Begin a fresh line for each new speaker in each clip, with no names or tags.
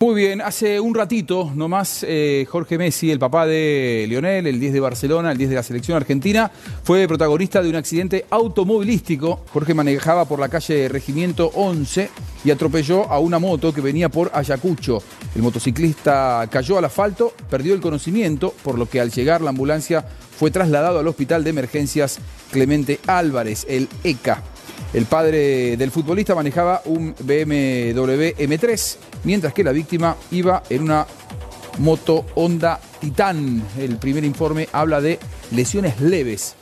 Muy bien, hace un ratito nomás eh, Jorge Messi, el papá de Lionel, el 10 de Barcelona, el 10 de la selección argentina, fue protagonista de un accidente automovilístico. Jorge manejaba por la calle Regimiento 11 y atropelló a una moto que venía por Ayacucho. El motociclista cayó al asfalto, perdió el conocimiento, por lo que al llegar la ambulancia fue trasladado al Hospital de Emergencias Clemente Álvarez, el E ECA. El padre del futbolista manejaba un BMW M3, mientras que la víctima iba en una moto Honda Titán. El primer informe habla de lesiones leves.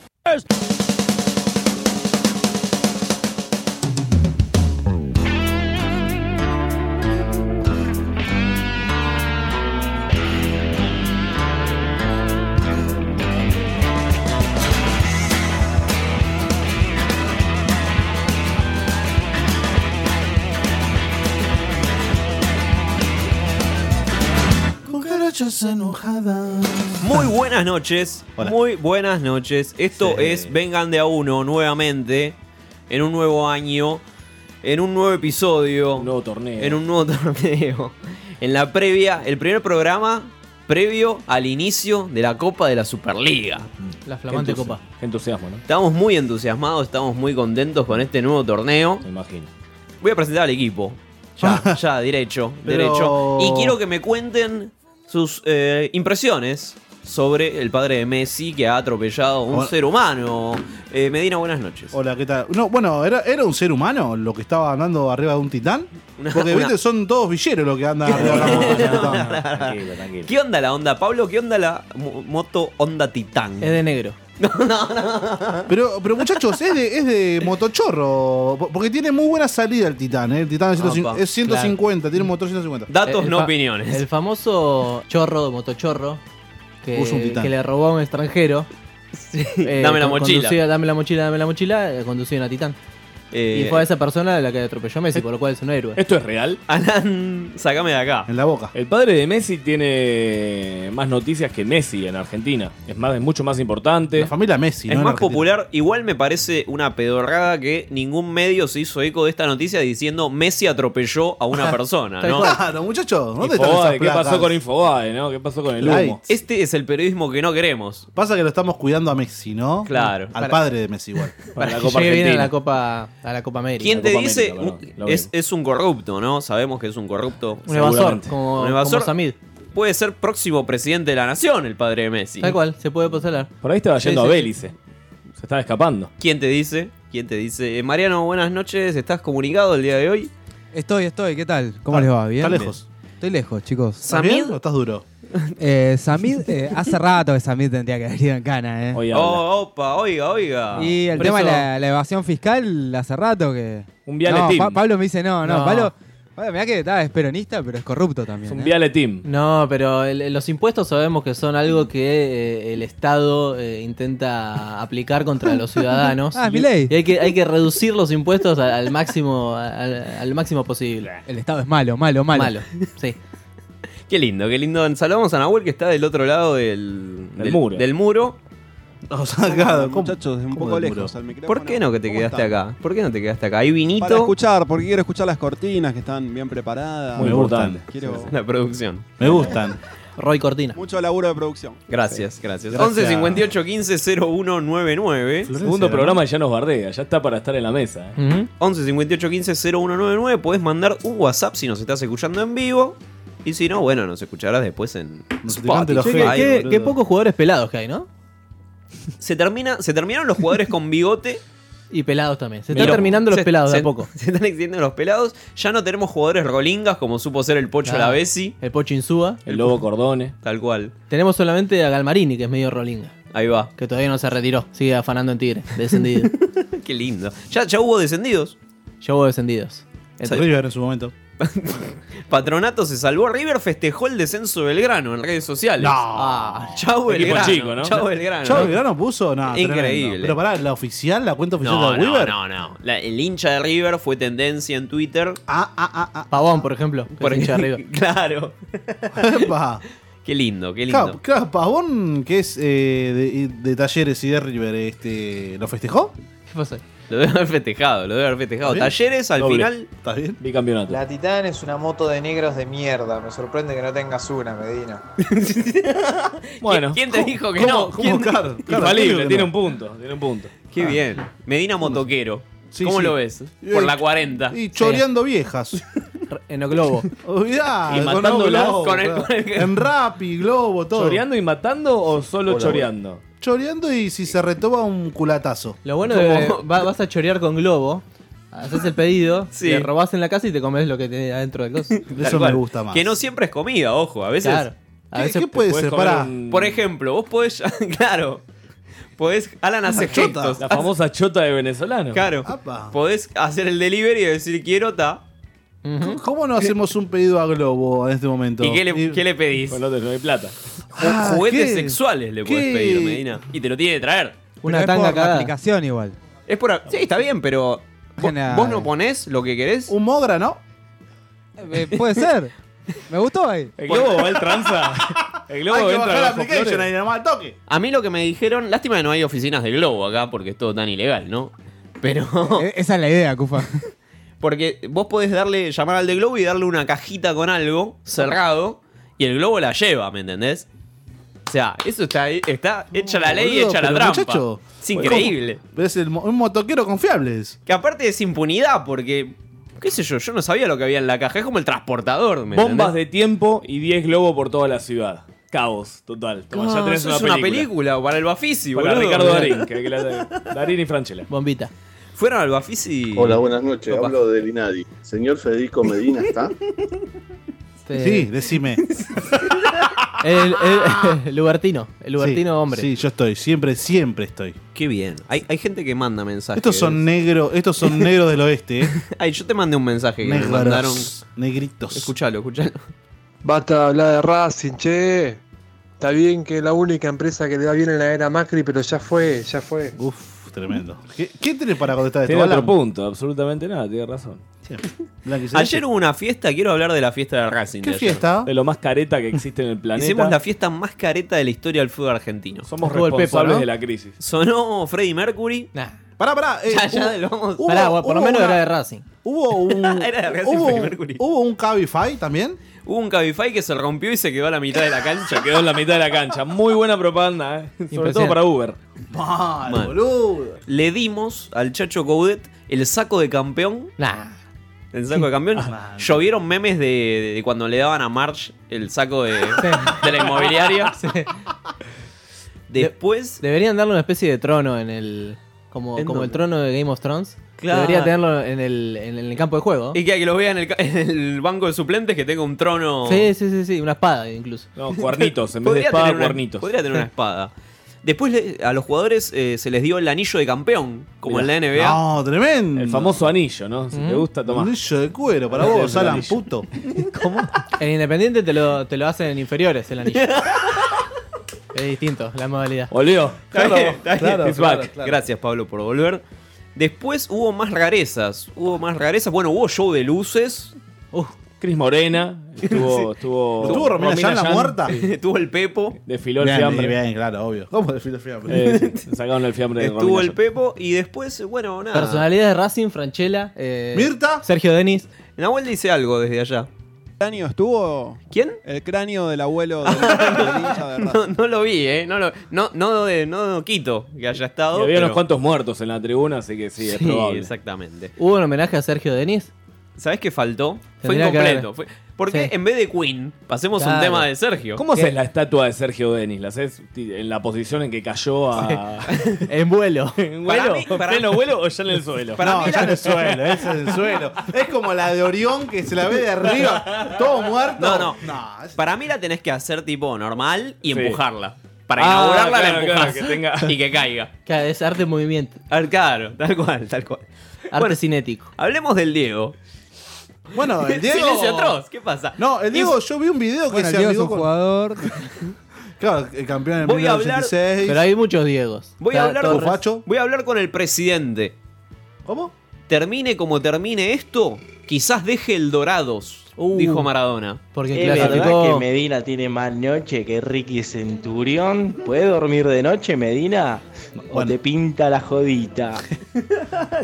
Cucarachas enojadas.
Muy buenas noches, muy buenas noches. Esto es Vengan de a uno nuevamente, en un nuevo año, en un nuevo episodio,
Un nuevo torneo.
en un nuevo torneo. En la previa, el primer programa previo al inicio de la Copa de la Superliga.
La flamante
Entusi-
copa.
Entusiasmo, ¿no?
Estamos muy entusiasmados, estamos muy contentos con este nuevo torneo.
Me imagino.
Voy a presentar al equipo. Ya, ya, derecho,
Pero-
derecho. Y quiero que me cuenten sus eh, impresiones sobre el padre de Messi que ha atropellado a un
Hola.
ser humano. Eh, Medina, buenas noches.
Hola, ¿qué tal? No, bueno, ¿era, era un ser humano lo que estaba andando arriba de un titán.
Una-
Porque,
una-
viste, son todos villeros los que andan arriba de la moto de un titán.
Tranquilo, tranquilo.
¿Qué onda la onda, Pablo? ¿Qué onda la mo- moto Onda Titán?
Es de negro.
Pero, pero muchachos, es de, es de motochorro. po- Porque tiene muy buena salida el titán, ¿eh? El titán es, ciento cin-
Apa,
es 150, tiene un motor 150.
Datos,
El
no
fa-
opiniones.
El famoso chorro, motochorro, que,
Puso un titán.
que le robó a un extranjero. Eh,
Dame la
con-
mochila.
conducía- dame la mochila, dame la mochila, eh, conducían a Titán.
Eh,
y fue a esa persona la que atropelló a Messi, por lo cual es un héroe.
¿Esto es real?
Alan, sacame de acá.
En la boca.
El padre de Messi tiene más noticias que Messi en Argentina. Es más, es mucho más importante.
La familia Messi.
es
¿no? En
más
Argentina.
popular, igual me parece una pedorrada que ningún medio se hizo eco de esta noticia diciendo Messi atropelló a una persona,
Tal
¿no?
cual.
Claro, muchachos, ¿dónde están esas
Infobae, ¿Qué
placas?
pasó con Infobae, no? ¿Qué pasó con el humo?
Lights.
Este es el periodismo que no queremos.
Pasa que lo estamos cuidando a Messi, ¿no?
Claro.
Al padre de Messi, igual.
Para la
que
Copa
llegue bien a
Argentina.
la Copa, a la Copa América.
¿Quién
La
te
Copa
dice?
América, perdón, lo
es,
mismo.
es un corrupto, ¿no? Sabemos que es un corrupto.
Un evasor,
Seguramente.
como,
Un evasor.
como Samid.
Puede ser próximo presidente de la nación el padre de Messi.
Tal cual, se puede postular.
Por ahí estaba
Sí,
yendo
sí,
a
sí.
Bélice. Se estaba escapando.
¿Quién te dice? ¿Quién te dice? Eh, Mariano, buenas noches. ¿Estás comunicado el día de hoy?
Estoy, estoy, ¿qué tal? ¿Cómo les va? ¿Bien?
Está lejos.
Estoy lejos, chicos.
¿Estás
¿Samid?
bien o estás duro?
Eh, Samid, eh, hace rato que Samid tendría que haber ido en cana, ¿eh?
Hoy habla.
Oh, opa, oiga, oiga.
y
eh,
el
Por
tema de
eso-
la, la evasión fiscal, hace rato que.
Un viale
no,
team.
Pa- Pablo me dice, no, no,
No.
Pablo. Pablo, mirá que está, es peronista, pero es corrupto también.
es un
¿eh?
Viale Team.
No, pero el- los impuestos sabemos que son algo que eh, el Estado eh, intenta aplicar contra los ciudadanos.
Ah, es mi ley.
Y hay que, hay que reducir los impuestos al, al máximo, al, al máximo posible.
El Estado es malo, malo, malo.
Malo, sí.
Qué lindo, qué lindo. Saludamos a Nahuel que está del otro lado del,
Del muro.
del muro.
O sea, claro, ¿cómo-
muchachos, un
cómo
poco
del
lejos
muro?
al micrófono.
¿Por qué no que te
¿Cómo
quedaste
están?
acá? ¿Por qué no te quedaste acá? Hay
Para
vinito.
escuchar, porque quiero escuchar las cortinas que están bien preparadas.
Muy importante.
Quiero
La producción.
Me gustan.
Roy Cortina.
mucho laburo de producción.
Gracias, gracias.
Gracias.
11 58 15 0199.
Segundo programa y ya nos bardea. Ya está para estar en la mesa. eh.
11 58 15 0199. Podés mandar un WhatsApp si nos estás escuchando en vivo. Y si no, bueno, nos escucharás después en
Nos
Spotify.
picante los
Che,
feos,
qué, qué-
boludo.
qué pocos jugadores pelados que hay, ¿no?
Se, termina, se terminaron los jugadores con bigote.
Y pelados también. Se
Mira,
están terminando los
se-
pelados de
se-
a poco.
Se están extendiendo los pelados. Ya no tenemos jugadores rolingas como supo ser el Pocho
Claro.
la Bessi.
Ah, El Pocho Insúa.
El Lobo Cordone.
Tal cual.
Tenemos solamente a Galmarini, que es medio rolinga.
Ahí va.
Que todavía no se retiró. Sigue afanando en Tigre. Descendido.
Qué lindo. Ya, ya hubo descendidos.
Yo hubo descendidos.
River en su momento.
Patronato se salvó. River festejó el descenso de Belgrano en redes sociales.
Ah,
Chau
Equipo
Belgrano.
chico, ¿no?
Chau Belgrano.
Chavo Belgrano puso, nada.
Increíble.
Pero pará, la oficial, la cuenta oficial
No,
de
no,
Weaver.
no, no. La- el hincha de River fue tendencia en Twitter.
Ah, ah, ah,
Pavón, por ejemplo. que
Por
es hincha de River.
claro.
ah. Epa.
Qué lindo, qué lindo.
Claro, claro, Pavón, que es eh, de, de Talleres y de River, este, ¿lo festejó?
¿Qué pasa?
Lo debe haber festejado, lo debe haber festejado.
¿Está bien?
Talleres al
Doble.
final
¿Está bien?
Bicampeonato.
La Titán es una moto de negros de mierda. Me sorprende que no tengas una, Medina.
Bueno,
¿Quién te dijo que no?
¿Cómo,
¿Quién-
claro, claro,
infalible,
claro que
tiene
no.
un punto, tiene un punto.
Qué bien. Medina Motoquero.
Sí,
¿Cómo
sí.
lo ves? Por la 40.
Y choreando viejas.
En eh, Globo.
Olvidá,
Y
con
matándolas
Globo,
con el-
claro.
con el-
En Rappi, Globo, todo.
¿Choreando y matando o solo choreando?
Choreando y si se retoma un culatazo.
Lo bueno de va- vas a chorear con Globo, haces el pedido,
Sí.
le robás en la casa y te comes lo que tiene adentro del coso.
Tal
Eso me
cual.
gusta más.
Que no siempre es comida, ojo. A veces.
Claro. A
¿Qué,
veces
qué puede
Podés
ser?
comer
Pará.
un-
Por ejemplo, vos podés. claro. Podés.
Ah,
Alan hace
chota.
gestos.
La famosa chota de venezolano.
Claro.
Apa.
Podés hacer el delivery y decir quiero ta.
¿Cómo no hacemos un pedido a Globo en este momento?
¿Y qué le, qué le pedís?
Con otros no hay plata.
Ah,
Ju- Juguetes
¿qué?
sexuales le podés
¿Qué?
pedir, Medina. Y te lo tiene que traer.
Pero
una
es
tanga
por la
cada.
aplicación igual.
Es por. Sí, está bien, pero. ¿vo-
General.
¿Vos no ponés lo que querés?
Un Mogra, ¿no?
Eh, puede ser. Me gustó ahí.
El globo va el tranza. El globo entra bajo flores.
ahí nomás al toque.
A mí lo que me dijeron. Lástima que no hay oficinas de Globo acá porque es todo tan ilegal, ¿no? Pero.
E- Esa es la idea, Cufa.
Porque vos podés darle, llamar al de Globo y darle una cajita con algo cerrado y el Globo la lleva, ¿me entendés? O sea, eso está, está hecha la ley y
Boludo,
hecha la
pero,
trampa.
muchacho,
es increíble.
¿cómo? Pero es el mo- un motoquero confiable. es.
Que aparte es impunidad porque, qué sé yo, yo no sabía lo que había en la caja. Es como el transportador, ¿me
Bombas
entendés?
de tiempo y 10 globos por toda la ciudad. Caos, total. Toma, ya
No,
tenés
eso
una
es una
película.
película para el Bafisi,
Para
boludo.
Ricardo Darín. que- que la- Darín y Franchella.
Bombita.
Fueron al Bafisi.
Hola, buenas noches.
Opa.
Hablo del INADI. Señor Federico Medina, ¿está?
Eh,
Este,
Sí, decime.
El, el- el Lubertino. El Lubertino
Sí,
hombre.
Sí, yo estoy. Siempre, siempre estoy.
Qué bien. Hay, hay gente que manda mensajes.
Estos son negros, estos son negros del oeste, eh.
Ay, yo te mandé un mensaje que me mandaron.
Negros. Negritos.
Escuchalo, escuchalo.
Basta de hablar de Racing, che. Está bien que es la única empresa que le va bien en la era Macri, pero ya fue, ya fue.
Uf, tremendo. ¿Qué, qué tenés para contestar de
Tiene
esto?
otro
Alan?
punto, absolutamente nada, tiene razón.
Sí. Blanqui, ¿sí?
Ayer hubo una fiesta, quiero hablar de la fiesta de Racing. de
¿Qué
ayer.
fiesta?
De lo más careta que existe en el planeta.
Hicimos la fiesta más careta de la historia del fútbol argentino.
Somos
Estuvo el Pepo,
responsables
¿no?
de la crisis.
Sonó Freddie Mercury.
Nah.
Pará, pará. eh,
Ya, ya,
hubo-
lo vamos-
hubo-
Pará, por lo
hubo
menos
una-
era de Racing.
Hubo un.
Era de Racing
hubo,
Freddie
un
Mercury.
hubo un Cabify también.
Hubo un Cabify que se rompió y se quedó a la mitad de la cancha.
Quedó en la mitad de la cancha. Muy buena propaganda, ¿eh? Sobre todo
Impresionante.
para Uber.
Mal,
Mal.
boludo.
Le dimos al Chacho Coudet el saco de campeón.
Nah.
El saco de campeón.
Ah,
Llovieron memes de, de cuando le daban a March el saco de, de la inmobiliaria. Después,
Deberían darle una especie de trono en el. Como,
¿En
como el
dónde?
trono de Game of Thrones.
Claro.
Debería tenerlo en el, en el campo de juego.
y que, que lo vea en el, ca- en el banco de suplentes que tenga un trono.
Sí, sí, sí, sí. Una espada incluso.
No, cuernitos. En vez de
tener
espada,
una-
cuernitos.
podría tener una espada. Después le- a los jugadores eh, se les dio el anillo de campeón, como
Mirá.
en la NBA.
No, tremendo.
El famoso anillo, ¿no? Si te gusta,
Un
tomar.
anillo de cuero para vos,
Anillo.
Alan, puto.
En Independiente te lo, te lo hacen en inferiores el anillo. es distinto la modalidad.
Oleo.
Está bien, está bien.
claro,
It's back.
claro, claro.
Gracias, Pablo, por volver. Después hubo más rarezas. Hubo más rarezas. Bueno, hubo show de luces.
Cris Morena. Estuvo. estuvo
¿Estuvo Romina Yan la
Yan,
muerta?
Estuvo el Pepo.
Desfiló el
Bien,
fiambre.
bien, claro, obvio. ¿Cómo de filo fiambre?
Eh, sí, sacaron el fiambre de
Estuvo
Romina
el
Yan.
Pepo. Y después, bueno, nada.
Personalidades de Racing, Franchella. eh,
Mirta.
Sergio Denis.
Nahuel dice algo desde allá.
¿El cráneo estuvo?
¿Quién?
El cráneo del abuelo del, del hincha de
No,
Racing.
no lo vi, ¿eh? No, lo, no, no, de, no quito que haya estado.
Y había unos
pero-
cuantos muertos en la tribuna, así que sí, es
Sí,
probable.
exactamente.
Hubo un homenaje a Sergio Denis.
¿Sabés qué faltó? Fue
Tendría que
incompleto.
haber.
Fue- ¿Por qué
Sí.
en vez de Queen pasemos un
Claro.
tema de Sergio?
¿Cómo
¿Qué?
haces la estatua de Sergio Denis? ¿La haces ti- en la posición en que cayó a.
En vuelo.
¿En
Para
vuelo?
mí- para-
¿En pleno vuelo o ya en el suelo?
Para
no, ya
mí la-
en el suelo, esa es en el suelo. Es como la de Orión que se la ve de arriba, todo muerto.
No, no.
No, es-
Para mí la tenés que hacer tipo normal y
Sí.
empujarla. Para
Ah,
inaugurarla la
claro,
empujás
claro, que tenga-
y que caiga.
Claro, es arte en movimiento.
A ver, claro, tal cual, tal cual.
Arte
Bueno.
cinético.
Hablemos del Diego.
Bueno, el Diego.
Silencio atroz, ¿qué pasa?
No, el Diego, yo vi un video que
Bueno,
se
el Diego es
amigó
un
con.
jugador.
Claro, el campeón en
Voy a hablar-
1986.
Pero hay muchos Diegos.
Voy
Está
a, hablar
todo-
con,
facho.
voy a hablar con el presidente.
¿Cómo?
Termine como termine esto, quizás deje el Dorados,
Uh.
dijo Maradona.
Porque
Es verdad que
clasificó.
Medina tiene más noche que Ricky Centurión. ¿Puede dormir de noche, Medina? ¿O
Bueno.
te pinta la jodita?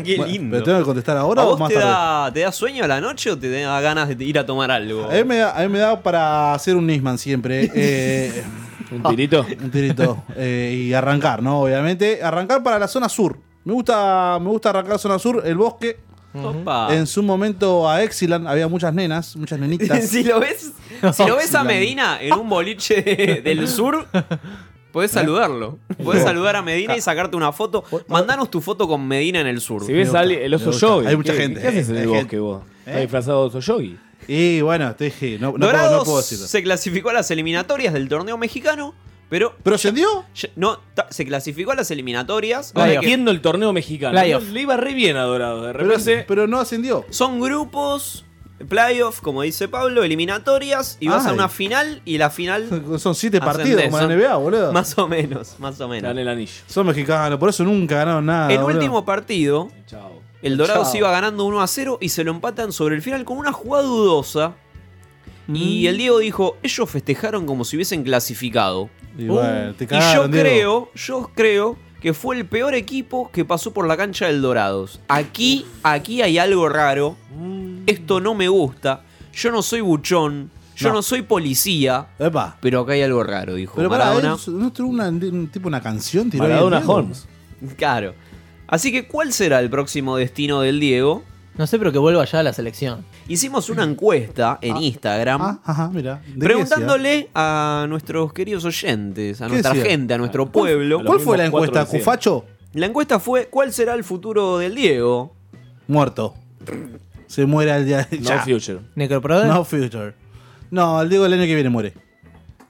Qué
Bueno,
lindo.
¿Pero tengo que contestar ahora
¿A
o
vos
más
te
tarde?
da, te da sueño a la noche o te da ganas de ir a tomar algo?
A mí, me da, a mí me da para hacer un Nisman siempre. eh,
Un tirito.
un tirito. eh, y arrancar, ¿no? Obviamente. Arrancar para la zona sur. Me gusta, me gusta arrancar zona sur, el bosque.
Opa.
En su momento a Exilan había muchas nenas, muchas nenitas.
si lo ves, si lo ves a Medina en un boliche de- del sur,
Eh.
podés saludarlo. Podés saludar a Medina y sacarte una foto. Mandanos tu foto con Medina en el sur.
Si ves
gusta,
a alguien, el
me
oso
gusta.
yogi.
Hay mucha
¿qué-
gente,
¿Qué haces en
hay
el
gente.
bosque vos? ¿Estás disfrazado de oso yogi?
Y bueno, te dije, no, no puedo,
Dorados
no puedo decirlo.
se clasificó a las eliminatorias del torneo mexicano, pero
¿Pero ascendió?
ya- no ta- se clasificó a las eliminatorias.
No
Ahora que
entiendo el torneo mexicano.
Playoff.
Le iba re bien a Dorado. De
Pero,
repente.
pero no ascendió.
son grupos, playoff, como dice Pablo, eliminatorias, y vas a
Ay.
una final y la final
Son siete partidos
Ascendés,
como la
son-
NBA, boludo.
más o menos, más o menos.
Gané el anillo.
Son mexicanos, por eso nunca ganaron nada.
El
Ah, boludo.
último partido,
Chao.
el Dorado
Chao.
se iba ganando 1 a 0 y se lo empatan sobre el final con una jugada dudosa.
Mm.
Y el Diego dijo, ellos festejaron como si hubiesen clasificado.
Y bueno, te
Uh, Y
cagaron,
yo
Diego.
creo, yo creo que fue el peor equipo que pasó por la cancha del Dorados. Aquí, aquí hay algo raro.
Mm.
Esto no me gusta. Yo no soy buchón. Yo no,
No.
soy policía.
Epa.
Pero acá hay algo raro, dijo
Pero para
Maradona.
¿no tuvo una, un tipo una canción tiró ahí el
Maradona
Diego?
Holmes.
Claro. Así que, ¿cuál será el próximo destino del Diego?
No sé, pero que vuelva ya a la selección.
Hicimos una encuesta en Instagram.
Ah, ajá, mira. ¿De qué decía?
Preguntándole a nuestros queridos oyentes, a
¿Qué
nuestra
decía?
gente, a nuestro pueblo.
Los
¿Cuál fue la
mismos cuatro
encuesta,
recién.
Cufacho?
La encuesta fue ¿cuál será el futuro del Diego?
Muerto. Se muere al día de
No
ya.
Future.
Necroproder.
No future. No, el Diego el año que viene muere.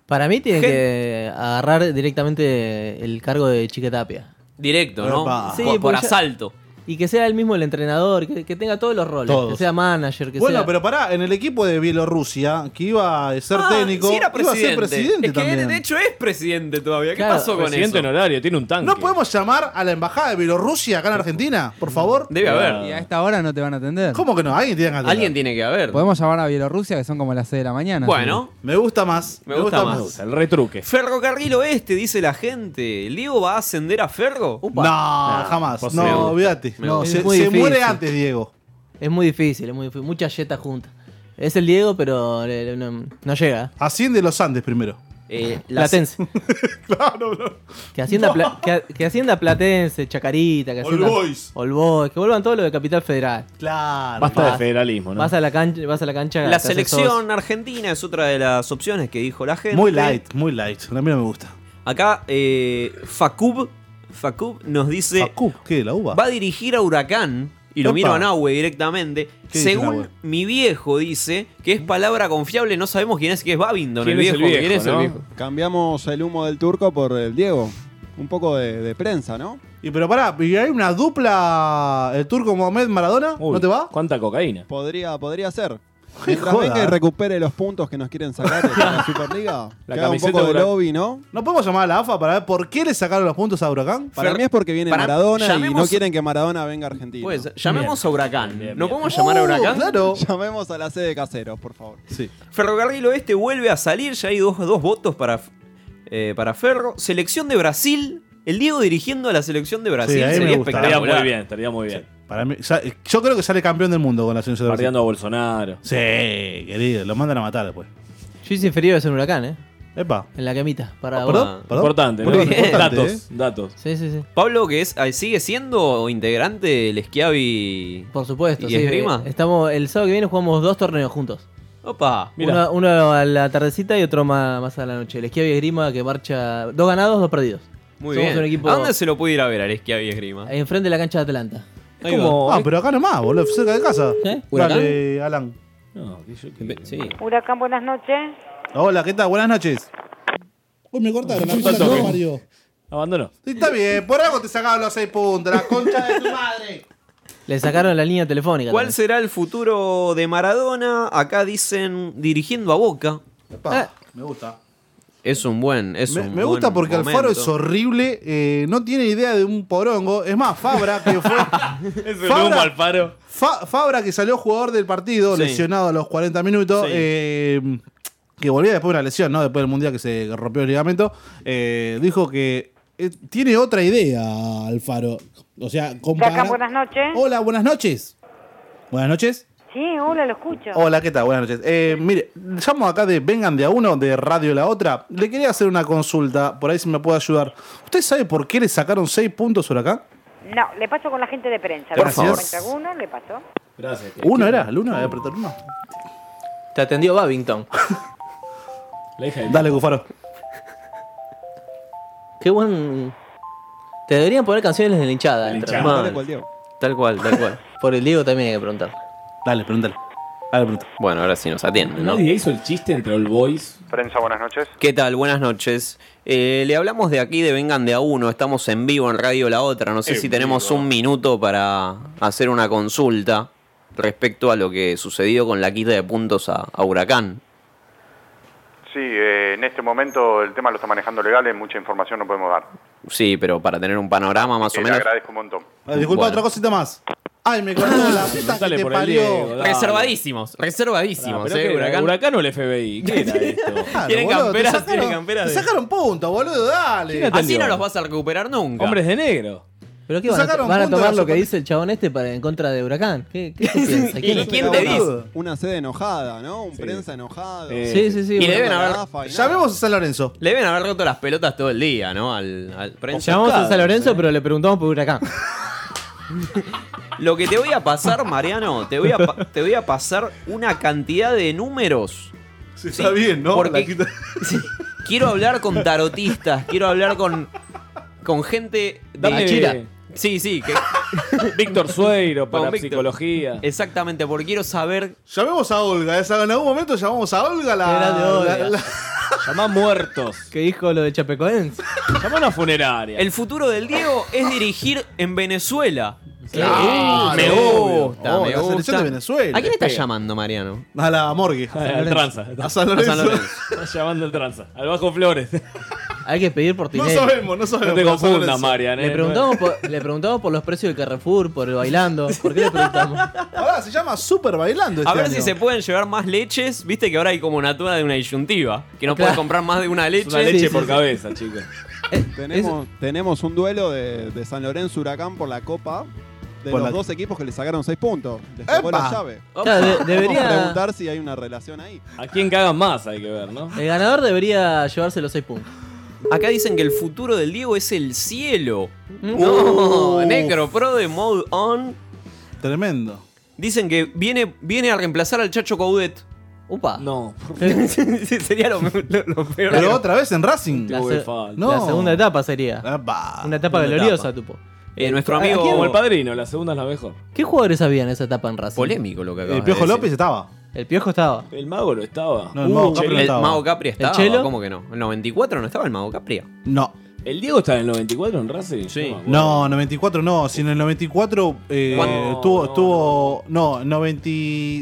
Para mí tiene
Gen-
que agarrar directamente el cargo de Chiquetapia.
Directo, ¿no?
Epa.
Sí,
por, por
porque ya-
asalto.
Y que sea el mismo el entrenador, que, que tenga todos los roles.
Todos.
Que sea manager, que
bueno,
sea...
pero pará, en el equipo de Bielorrusia, que iba a ser
Ah,
técnico,
sí era
iba a
presidente.
ser presidente
es que
también.
él, de hecho es presidente todavía. ¿Qué
Claro,
pasó con
Presidente
eso?
honorario, tiene un tanque.
¿No podemos llamar a la embajada de Bielorrusia acá en Argentina? Por favor.
Debe haber.
Y a esta hora no te van a atender.
¿Cómo que no? Alguien tiene que atender.
Alguien tiene que haber.
Podemos llamar a Bielorrusia, que son como las 6 de la mañana.
Bueno,
Me gusta más.
Me gusta más.
El retruque.
Ferrocarril Oeste, este, dice la gente. ¿El Diego va a ascender a Ferro?
No, jamás.
Pues me
no,
gusta.
olvídate.
Me
No,
gusta.
se,
Es muy
se
difícil.
muere antes, Diego.
Es muy difícil, es muy difícil. Mucha yeta junta. Es el Diego, pero le- le- no, no llega.
Asciende los Andes primero.
Eh, la-
Platense.
claro, bro.
Que hacienda, Pla- que, que hacienda Platense, Chacarita, que
All
hacienda...
Boys.
All Boys, Que vuelvan todos los de Capital Federal.
Claro.
Basta
Vas-
de federalismo, ¿no?
Vas, a la cancha, vas a la cancha... te
la
haces socio.
selección argentina es otra de las opciones que dijo la gente.
Muy light, muy light. A mí no me gusta.
Acá eh, Facub, Facub nos dice
Facu, ¿Qué? ¿La uva?
va a dirigir a Huracán y lo
Opa.
miro a Nahue directamente.
¿Qué dice
Según
Nahue?
mi viejo dice que es palabra confiable, no sabemos quién es que es Babington,
¿Quién
el
es
viejo.
el viejo,
¿Quién es el
no?
viejo?
Cambiamos el humo del turco por el Diego. Un poco de, de prensa, ¿no?
Y pero pará, ¿y hay una dupla el turco Mohamed Maradona?
Uy,
¿No te va?
¿Cuánta cocaína?
Podría, podría ser.
Qué
Mientras
joda,
venga y
eh.
recupere los puntos que nos quieren sacar de la Superliga,
La
que haga un
camiseta
poco de
Huracán.
lobby, ¿no?
¿No podemos llamar a la AFA para ver por qué le sacaron los puntos a Huracán?
Para
Fer-
mí es porque viene
para-
Maradona y
llamemos-
no quieren que Maradona venga a Argentina. Uh,
Pues llamemos a Huracán.
bien,
¿No
bien.
podemos llamar a
Oh,
Huracán?
Claro.
Llamemos a la sede de caseros, por favor.
Sí.
Ferrocarril Oeste vuelve a salir, ya hay dos, dos votos para, eh, para Ferro. Selección de Brasil, el Diego dirigiendo a la selección de Brasil.
ahí me
Sería
gusta.
Estaría
espectacular.
muy bien, estaría muy bien.
Para mí, sa- yo creo que sale campeón del mundo con la selección de Brasil.
Bardeando a Bolsonaro.
Sí, querido, lo mandan a matar después.
Yo hice inferior es un huracán, ¿eh?
Epa.
En la camita. Para vos.
Ah, ¿Perdón?
Ah, Importante, ¿no?
Muy bien.
Datos,
Importante, ¿eh?
datos.
Sí, sí, sí.
Pablo, que es, eh, sigue siendo integrante del Schiavi.
Por supuesto.
¿Y
sí.
esgrima?
Estamos, el sábado que viene jugamos dos torneos juntos.
Opa.
Mirá.
Uno, uno a la tardecita y otro más, más a la noche. El Esquiavi Esgrima que marcha dos ganados, dos perdidos.
Muy
Somos
bien.
un equipo-
¿A dónde se lo puede ir a ver al Esquiavi Esgrima?
Enfrente de la cancha de Atlanta.
Es como-
Ah, pero acá nomás, boludo, cerca de casa.
¿Eh?
Dale, Alan.
No, que yo- que-
Sí.
Huracán, buenas noches.
Hola, ¿qué tal? Buenas noches. Uy, me cortaron la puta que parió.
Abandonó. Ah.
Sí, Está bien, por algo te sacaron los seis puntos, la concha de tu madre.
Le sacaron la línea telefónica.
¿Cuál será el futuro de Maradona? Acá dicen dirigiendo a Boca.
Me gusta.
Es un buen. Es
Me,
un
me gusta
buen
porque Alfaro
momento.
es horrible, eh, no tiene idea de un porongo. Es más, Fabra, que fue. Fabra-
Alfaro.
Fa- Fabra, que salió jugador del partido,
Sí.
lesionado a los 40 minutos,
Sí.
eh, que volvía después de una lesión, ¿no? Después del mundial que se rompió el ligamento, eh, dijo que eh, tiene otra idea, Alfaro. O sea,
Chaca,
compara-
buenas noches.
Hola, buenas noches. Buenas noches.
Sí, hola, lo escucho.
Hola, ¿qué tal? Buenas noches. Eh, mire, llamo acá de Vengan de a uno, de Radio La Otra. Le quería hacer una consulta, por ahí si me puede ayudar. ¿Usted sabe por qué le sacaron 6 puntos por acá?
No, le paso con la gente de prensa.
Por
Le
favor.
cuenta uno, le paso.
Gracias.
¿Uno era? ¿El uno? Voy a apretar uno.
Te atendió Babington.
La hija
Dale, Cufaro.
Qué buen. Te deberían poner canciones de la hinchada. entre
hinchada.
hermanos.
Dale cual Diego.
Tal cual, tal cual. Por el Diego también hay que preguntar.
Dale, pregúntale.
Bueno, ahora sí nos atienden, ¿no?
Nadie hizo el chiste entre All Boys.
Prensa, buenas noches.
¿Qué tal? Buenas noches. Eh, le hablamos de aquí de Vengan de a uno. Estamos en vivo en Radio La Otra. No sé
En
si tenemos un minuto para hacer una consulta respecto a lo que sucedió con la quita de puntos a, a Huracán.
Sí, eh, en este momento el tema lo está manejando legales, mucha información no podemos dar.
Sí, pero para tener un panorama más
Eh,
o
le
menos.
agradezco un montón.
Ah, disculpa, otra cosita más. Ay, me cortó la puta que te parió.
Reservadísimos, reservadísimos,
Pero
eh,
que
Huracán.
huracán o el FBI. ¿Qué era esto?
Claro,
Tienen
boludo, te
camperas,
sacaron-
tienen camperas
Te
de-
sacaron puntos, boludo, dale.
Así no los vas a recuperar nunca.
Hombres de negro.
¿Pero qué
Te
van a,
sacaron
van a
puntos
tomar
de
lo que
la
dice el chabón este para en contra de Huracán? ¿Qué, qué se piensa? ¿Quién es?
quién te dice?
Una sede enojada, ¿no? Un prensa enojado.
Eh,
Sí, sí, sí.
Y deben
Una
haber-
garrafa y nada.
Eh, Llamemos a San Lorenzo.
Le deben haber roto las pelotas todo el día, ¿no? Al, al prensa.
Llamamos a San Lorenzo, pero le preguntamos por Huracán.
Lo que te voy a pasar, Mariano, te voy a, pa- te voy a pasar una cantidad de números.
está bien, ¿no?
Porque quiero hablar con tarotistas, quiero hablar con, con gente de
Dame- Achira.
Sí, sí, que,
Víctor Sueiro para
Con Víctor.
psicología.
exactamente, porque quiero saber.
Llamemos a Olga, esa- en algún momento llamamos a Olga la.
Qué grande, Olga.
la- la-
Llamá muertos.
¿Qué dijo lo de Chapecoense?
Llamá a una funeraria.
El futuro del Diego es dirigir en Venezuela. Uh,
Claro,
me
obvio.
gusta,
Oh,
me
la selección
gusta.
de Venezuela.
¿A quién estás
Pega.
llamando, Mariano?
A la morgue.
Al tranza.
A San Lorenzo.
A San Lorenzo.
Estás llamando al tranza. Al bajo flores.
Hay que pedir por
No
Tinelli.
sabemos, no sabemos.
No te
a San
confundas,
Lorenzo.
Marian. eh.
Le preguntamos, por, le preguntamos por los precios de Carrefour, por el bailando. ¿Por qué le preguntamos?
Ahora se llama Super Bailando.
A
este
ver
año.
si se pueden llevar más leches. Viste que ahora hay como una tuba de una disyuntiva. Que no puedes
Claro.
comprar más de una leche.
Es una leche
Sí, sí,
por
sí.
cabeza, chicos.
Tenemos, tenemos un duelo de, de San Lorenzo Huracán por la Copa de
Por
los
la-
dos equipos que le sacaron seis puntos. Les tocó
¡Epa!
la llave.
Claro, de-
Debería
debería,
preguntar si hay una relación ahí.
¿A quién cagan más? Hay que ver, ¿no?
el ganador debería llevarse los seis puntos.
Acá dicen que el futuro del Diego es el cielo.
Uf.
No, Necro Pro de Mode On.
Tremendo.
Dicen que viene, viene a reemplazar al Chacho Coudet.
Upa.
No. por
Sería lo, lo- lo peor.
Pero otra vez en Racing.
La,
favor,
se-
falta.
No. Ah,
la segunda etapa sería.
Epa.
Una etapa
una
gloriosa,
etapa.
tupo.
Eh, nuestro
Como el
amigo
padrino, la segunda es la mejor.
¿Qué jugadores había en esa etapa en Racing?
polémico lo que acabas
El
de
Piojo
decir.
López estaba.
El Piojo estaba.
El mago lo estaba.
No, el Mago
Uh,
Capri no
El
estaba.
Mago Capri estaba.
Chelo?
¿Cómo que no? ¿El 94 no estaba el Mago Capri?
No.
¿El Diego está en el 94 en Racing?
Sí.
Yo me acuerdo.
No, 94 no. Si en el 94 eh,
¿Cuándo?
estuvo,
No,
estuvo. No,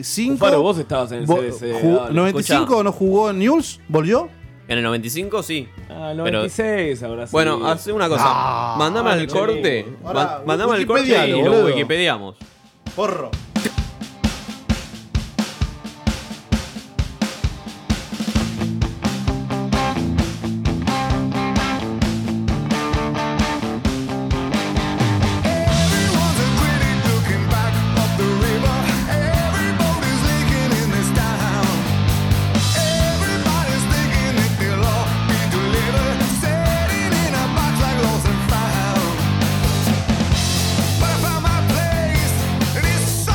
95.
Faro, vos estabas en el
Vo-
CDC.
ju-
dale.
95
escuchá.
no jugó en News, volvió.
En el 95 sí.
Ah,
Pero-
96 ahora sí.
Bueno, hace una cosa.
Ah,
mandame al
qué
corte.
lindo.
Ma-
Ahora,
mandame al corte
wikipedialo,
y lo
boludo.
wikipediamos.
Porro.
But I found my place, and it's so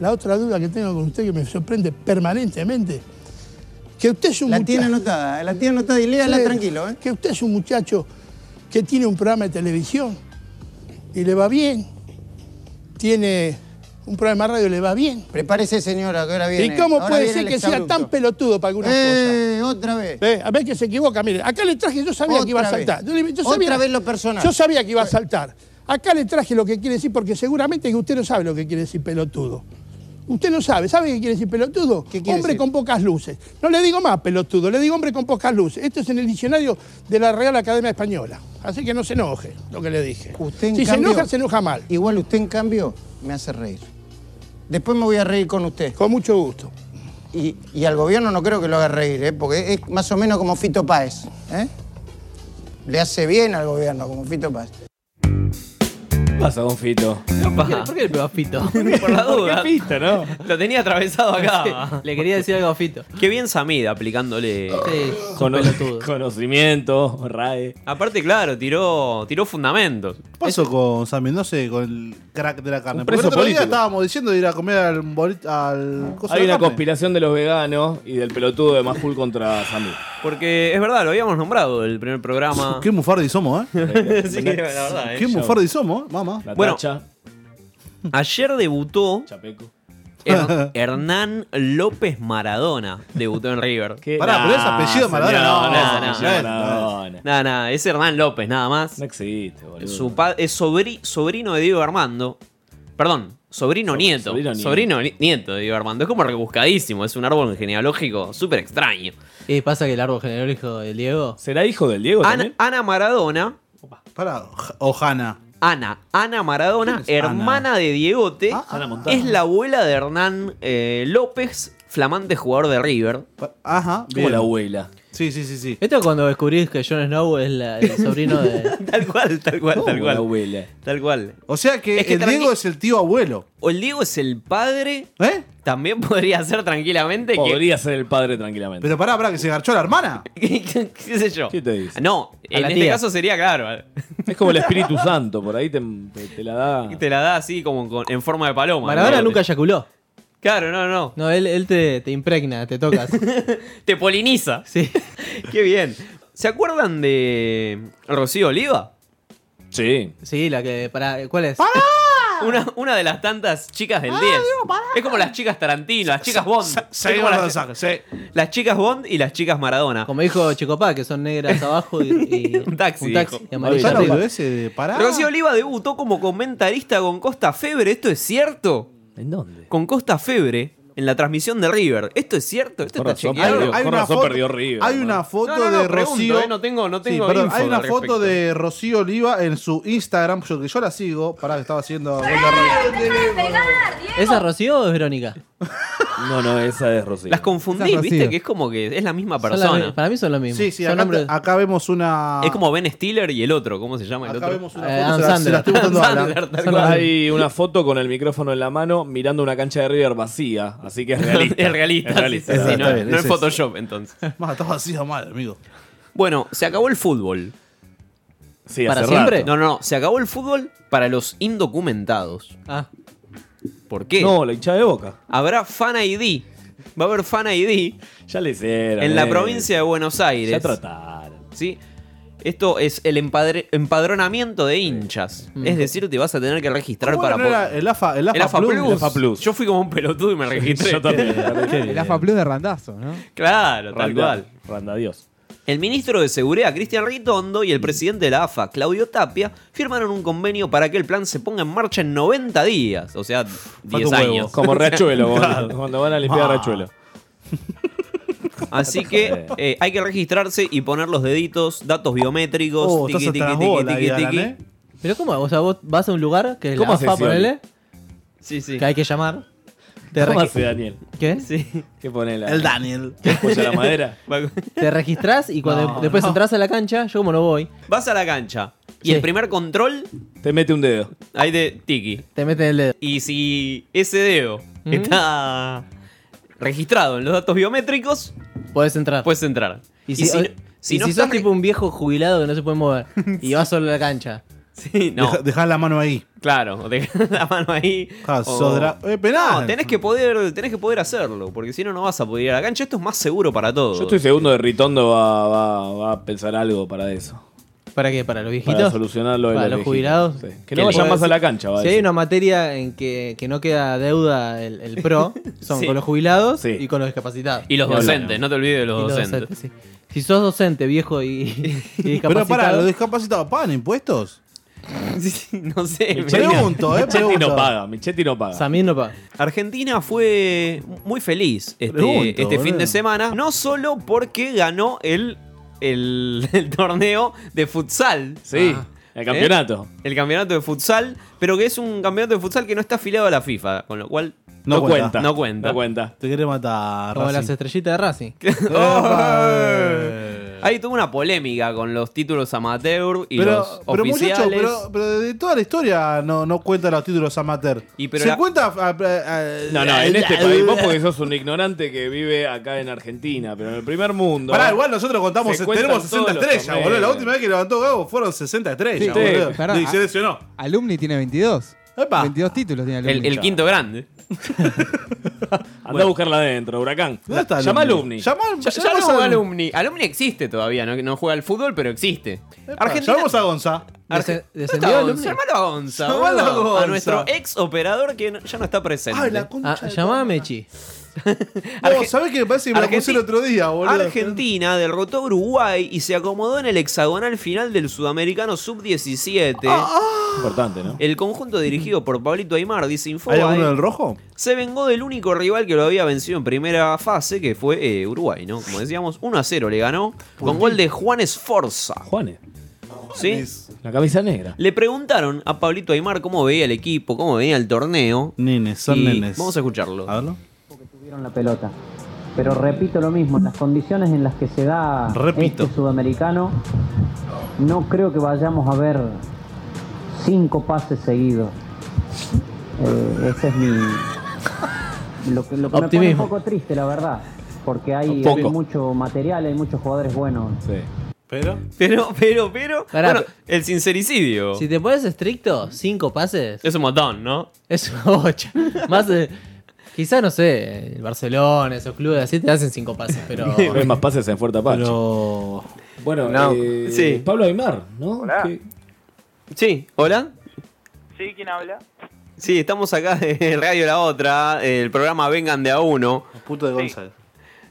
La otra duda que tengo con usted que me sorprende permanentemente, que usted es un
La
muchacho...
tiene anotada, eh, la tiene anotada y léala tranquilo, eh.
Que usted es un muchacho que tiene un programa de televisión y le va bien. Tiene un programa de radio y le va bien.
Prepárese, señora, que ahora viene.
¿Y cómo
Ahora
puede
viene
ser
el
que sea
exabrupto.
tan pelotudo para algunas
Eh,
cosas?
otra vez.
Ve, a ver que se equivoca, mire. Acá le traje, yo sabía
Otra
que iba a
vez.
saltar. Yo, le- yo
Otra
sabía,
vez lo personal.
Yo sabía que iba a saltar. Acá le traje lo que quiere decir, porque seguramente que usted no sabe lo que quiere decir pelotudo. Usted no sabe, ¿sabe qué quiere decir pelotudo? hombre con pocas luces. No le digo más pelotudo, le digo hombre con pocas luces. Esto es en el diccionario de la Real Academia Española. Así que no se enoje lo que le dije.
Usted, en
si
cambio,
se enoja, se enoja mal.
Igual usted, en cambio, me hace reír. Después me voy a reír con usted.
Con mucho gusto.
Y, y al gobierno no creo que lo haga reír, ¿eh? porque es más o menos como Fito Páez. ¿eh? Le hace bien al gobierno como Fito Páez.
¿Qué pasa, Don Fito?
¿Por qué, por qué le pegó a Fito?
Por la duda.
Fito, no?
Lo tenía atravesado
Sí,
acá.
le quería decir algo a Fito.
Qué bien Samid aplicándole.
Cono- conocimiento, RAE.
Aparte, claro, tiró, tiró fundamentos.
¿Qué pasó con Sammy? No sé, con el crack de la carne.
Un
Porque el
preso
otro día
político.
estábamos diciendo de ir a comer al, boli- al coso
Hay
de
una
carne.
conspiración de los veganos y del pelotudo de Majul contra Sammy.
Porque es verdad, lo habíamos nombrado el primer programa.
Qué mufardi somos, ¿eh?
Sí, la verdad, ¿eh?
Qué mufardi somos, mamá.
Bueno, ayer debutó Her- Hernán López Maradona. Debutó en River.
Pará, pero es apellido Maradona, no,
No, no,
no,
no,
es
no,
apellido
no,
Maradona.
no, no, es Hernán López, nada más. No
existe, boludo.
Su pa- es sobri- sobrino de Diego Armando. Perdón, sobrino
So-
nieto.
sobrino
Sobrino,
nieto.
ni- nieto de Diego Armando. Es como rebuscadísimo, es un árbol genealógico súper extraño.
Y pasa que el árbol genealógico del Diego.
¿Será hijo del Diego
Ana, Ana Maradona.
Pará, o Hanna.
Ana, Ana Maradona,
¿Quién es Ana? Ah,
hermana de Diegote,
Ana Montana.
es la abuela de Hernán eh, López, flamante jugador de River.
Ajá,
Como la abuela.
Sí, sí, sí, sí.
Esto es cuando descubrís que Jon Snow es la- el sobrino de.
Tal cual, tal cual, tal cual. Tal cual.
O sea que,
Es que
el
tranqui-
Diego es el tío abuelo.
O el Diego es el padre.
¿Eh?
También podría ser tranquilamente que.
Podría ser el padre tranquilamente.
Pero pará, pará, que se garchó la hermana.
¿Qué sé yo?
¿Qué te dice?
No,
A
en
la
este
tía.
caso sería claro.
Es como el Espíritu Santo, por ahí te, te- te la da.
Te la da así como con- en forma de paloma.
Maradona
¿no?
nunca eyaculó.
Claro, no, no.
No, él, él te, te impregna, te tocas.
Te poliniza.
Sí.
Qué bien. ¿Se acuerdan de Rocío Oliva?
Sí.
Sí, la que. Para, ¿Cuál es?
Una, una de las tantas chicas del 10. es como las chicas Tarantino, las chicas Bond. Es como las, las chicas Bond y las chicas Maradona.
Como dijo Chicopá, que son negras abajo y, y- un
taxi, dijo.
y amarillo
¿Sabes
arriba.
lo ese de pará?
Rocío Oliva debutó como comentarista con Costa Febre, ¿esto es cierto?
¿En dónde?
Con Costa Febre en la transmisión de River. ¿Esto es cierto? ¿Esto
Con
está
razón
chequeado?
perdió- con razón perdió River,
Hay
¿no?
una foto
No, no, no,
de
pregunto,
Rocío.
eh, no tengo- no
Sí,
tengo
perdón,
info
hay una
al
foto
respecto.
de Rocío Oliva en su Instagram, yo, que yo la sigo. Pará, que estaba haciendo.
¿Esa es Rocío o es Verónica?
No, no, esa es Rocío.
Las confundí,
Esas
viste,
Rocío.
que es como que es la misma
Son las-
persona.
para mí son lo mismo.
Sí, sí,
son
acá,
hombres-
acá vemos una.
Es como Ben Stiller y el otro, ¿cómo se llama el
Acá
otro?
vemos
eh,
una foto, se la- se la estoy mostrando a Alan.
Sandler, tal
Son-
cual.
Hay una foto con el micrófono en la mano mirando una cancha de River vacía, así que es realista.
es realista.
Es realista.
sí, sí, sí,
Está
no,
bien,
no
es
es
eso.
Photoshop, entonces.
Más, estaba así a mal, amigo.
Bueno, se acabó el fútbol.
Sí,
¿Para hace siempre? rato.
No, no, no. Se acabó el fútbol para los indocumentados.
Ah.
¿Por qué?
No, la hinchada de boca.
Habrá Fan ID. Va a haber Fan ID
Ya le hicieron.
en la
eh.
provincia de Buenos Aires.
Ya trataron.
¿sí? Esto es el empadre- empadronamiento de hinchas.
Mm.
Es decir, te vas a tener que registrar
¿Cómo
para
no era
poder-
el AFA, el AFA,
El AFA
Plus?
Plus. Yo fui como un pelotudo y me registré.
Yo también, la verdad que-
El AFA Plus de Randazo, ¿no?
Claro, tal
Randa-
cual.
Randa Dios.
El ministro de Seguridad, Cristian Ritondo,
Mm.
y el presidente de la AFA, Claudio Tapia, firmaron un convenio para que el plan se ponga en marcha en 90 días, o sea, 10
Falta un huevo.
años.
Como Riachuelo,
O sea,
cuando, cuando van a limpiar
Ah.
Riachuelo.
Así que eh, hay que registrarse y poner los deditos, datos biométricos,
Oh,
tiqui,
estás
tiqui,
hasta las
tiqui,
bolas ahí,
tiqui,
Alan,
tiqui.
¿eh?
Pero ¿cómo? O sea, vos vas a un lugar que es
¿Cómo
la
haces,
AFA, ponele,
Sí, sí.
que hay que llamar. Te,
¿Cómo
regi-
hace Daniel?
¿Qué?
Sí.
¿Qué pone la,
El Daniel.
apoya la madera?
te registrás y cuando
No,
después
no.
entras a la cancha, yo como no voy,
Vas a la cancha y
Sí.
el primer control,
Te mete un dedo.
hay de tiqui.
te meten el dedo.
Y si ese dedo
Mm.
está registrado en los datos biométricos,
Puedes entrar.
puedes entrar.
y si,
no-
y si
no
sos
estás
tipo un viejo jubilado que no se puede mover y vas solo a la cancha
Sí, no.
Deja- dejás la mano ahí.
Claro, o dejás la mano ahí.
Ah, sos dra- eh, penal.
No, tenés que, poder, tenés que poder hacerlo, porque si no, no vas a poder ir a la cancha. Esto es más seguro para todos.
Yo estoy seguro de Ritondo va, va- va a pensar algo para eso.
¿Para qué? ¿Para los viejitos?
Para solucionar lo de
¿Para
los
los
viejitos,
jubilados?
sí. Que no vayan
le-
más a la cancha, va a
Si hay
decir.
una materia en que, que no queda deuda el, el pro, son
Sí.
con los jubilados y con los discapacitados.
Y los
Ni hablar.
docentes, no te olvides de los
Y
docentes.
sí. Si sos docente, viejo y, y
Pero
discapacitado...
pará, ¿los discapacitados pagan impuestos?
no sé.
Michetti- Pregunto, eh,
Michetti no
pregunto.
paga,
Michetti no paga.
Samir no paga.
Argentina fue muy feliz este,
Pregunto,
este
boludo.
fin de semana, no solo porque ganó el, el, el torneo de futsal.
Sí, el campeonato.
Ah. ¿Eh? El campeonato de futsal, pero que es un campeonato de futsal que no está afiliado a la FIFA, con lo cual
No cuenta.
No cuenta.
No cuenta.
Te quiere matar.
Como
Racing.
las estrellitas de Racing.
Ahí tuvo una polémica con los títulos amateur y
Pero,
los
pero
oficiales.
muchachos, pero, pero de toda la historia no, no cuentan los títulos amateur.
Y pero
Se
la-
cuenta. ah, ah, ah,
No, no, en
ah,
este
ah,
país vos
ah,
porque sos un ignorante que vive acá en Argentina, pero en el primer mundo.
Pará, igual nosotros contamos, eh,
se cuentan
tenemos
todos
60
los
estrellas, boludo. La
torneos.
última vez que levantó Gago fueron 60 estrellas,
Sí,
boludo.
pará.
Y se lesionó.
Alumni tiene 22. 22 títulos tiene Alumni.
el, el quinto grande.
Andá a buscarla adentro, huracán.
¿Dónde está
Llama
Alumni?
alumni.
Ya, ya no juega alumni. Alumni existe todavía, no, no juega al fútbol, pero existe.
llamamos a Gonza.
Arge- ¿Dónde está
descendió Ah,
Gonza?
Alumni?
Llámalo a Gonza.
Llámalo a
boludo. a
Gonza.
nuestro ex operador que no- ya no está presente.
Ay, la concha
Ah, llamá a Mechi.
Vos, ¿Sabés qué me parece que me la
Argenti-
puse el otro día, boludo?
Argentina derrotó a Uruguay y se acomodó en el hexagonal final del Sudamericano Sub-17.
Ah,
Importante, ¿no?
El conjunto dirigido por Pablito Aymar, dice
¿Hay
Infobae,
alguno del rojo?
se vengó del único rival que lo había vencido en primera fase, que fue eh, Uruguay, ¿no? Como decíamos, 1 a 0 le ganó con gol de Juanes Forza.
Juanes.
¿Sí?
La camisa negra.
Le preguntaron a Pablito Aymar cómo veía el equipo, cómo veía el torneo.
Nenes, son
Y
nenes.
Vamos a escucharlo.
tuvieron la pelota. Pero repito lo mismo, en las condiciones en las que se da
Repito.
este sudamericano, no creo que vayamos a ver cinco pases seguidos. Eh, ese es mi. Lo que, lo que me pone un
Optimismo.
poco triste, la verdad. Porque
Un
hay,
poco.
hay mucho material, hay muchos jugadores buenos.
Pero.
Pero, pero, pero.
Pará,
bueno, el sincericidio.
Si te pones estricto, cinco pases
Es un montón, ¿no?
es una bocha. Más, eh, quizá, no sé, el Barcelona, esos clubes así te hacen cinco pases, pero...
Ves más pases en Fuerte Apache. Bueno,
No.
eh,
Sí.
Pablo Aymar, ¿no?
Hola.
Que-
Sí, hola.
Sí, ¿quién habla?
Sí, estamos acá de Radio La Otra, el programa Vengan de a uno.
Puto de Gonza.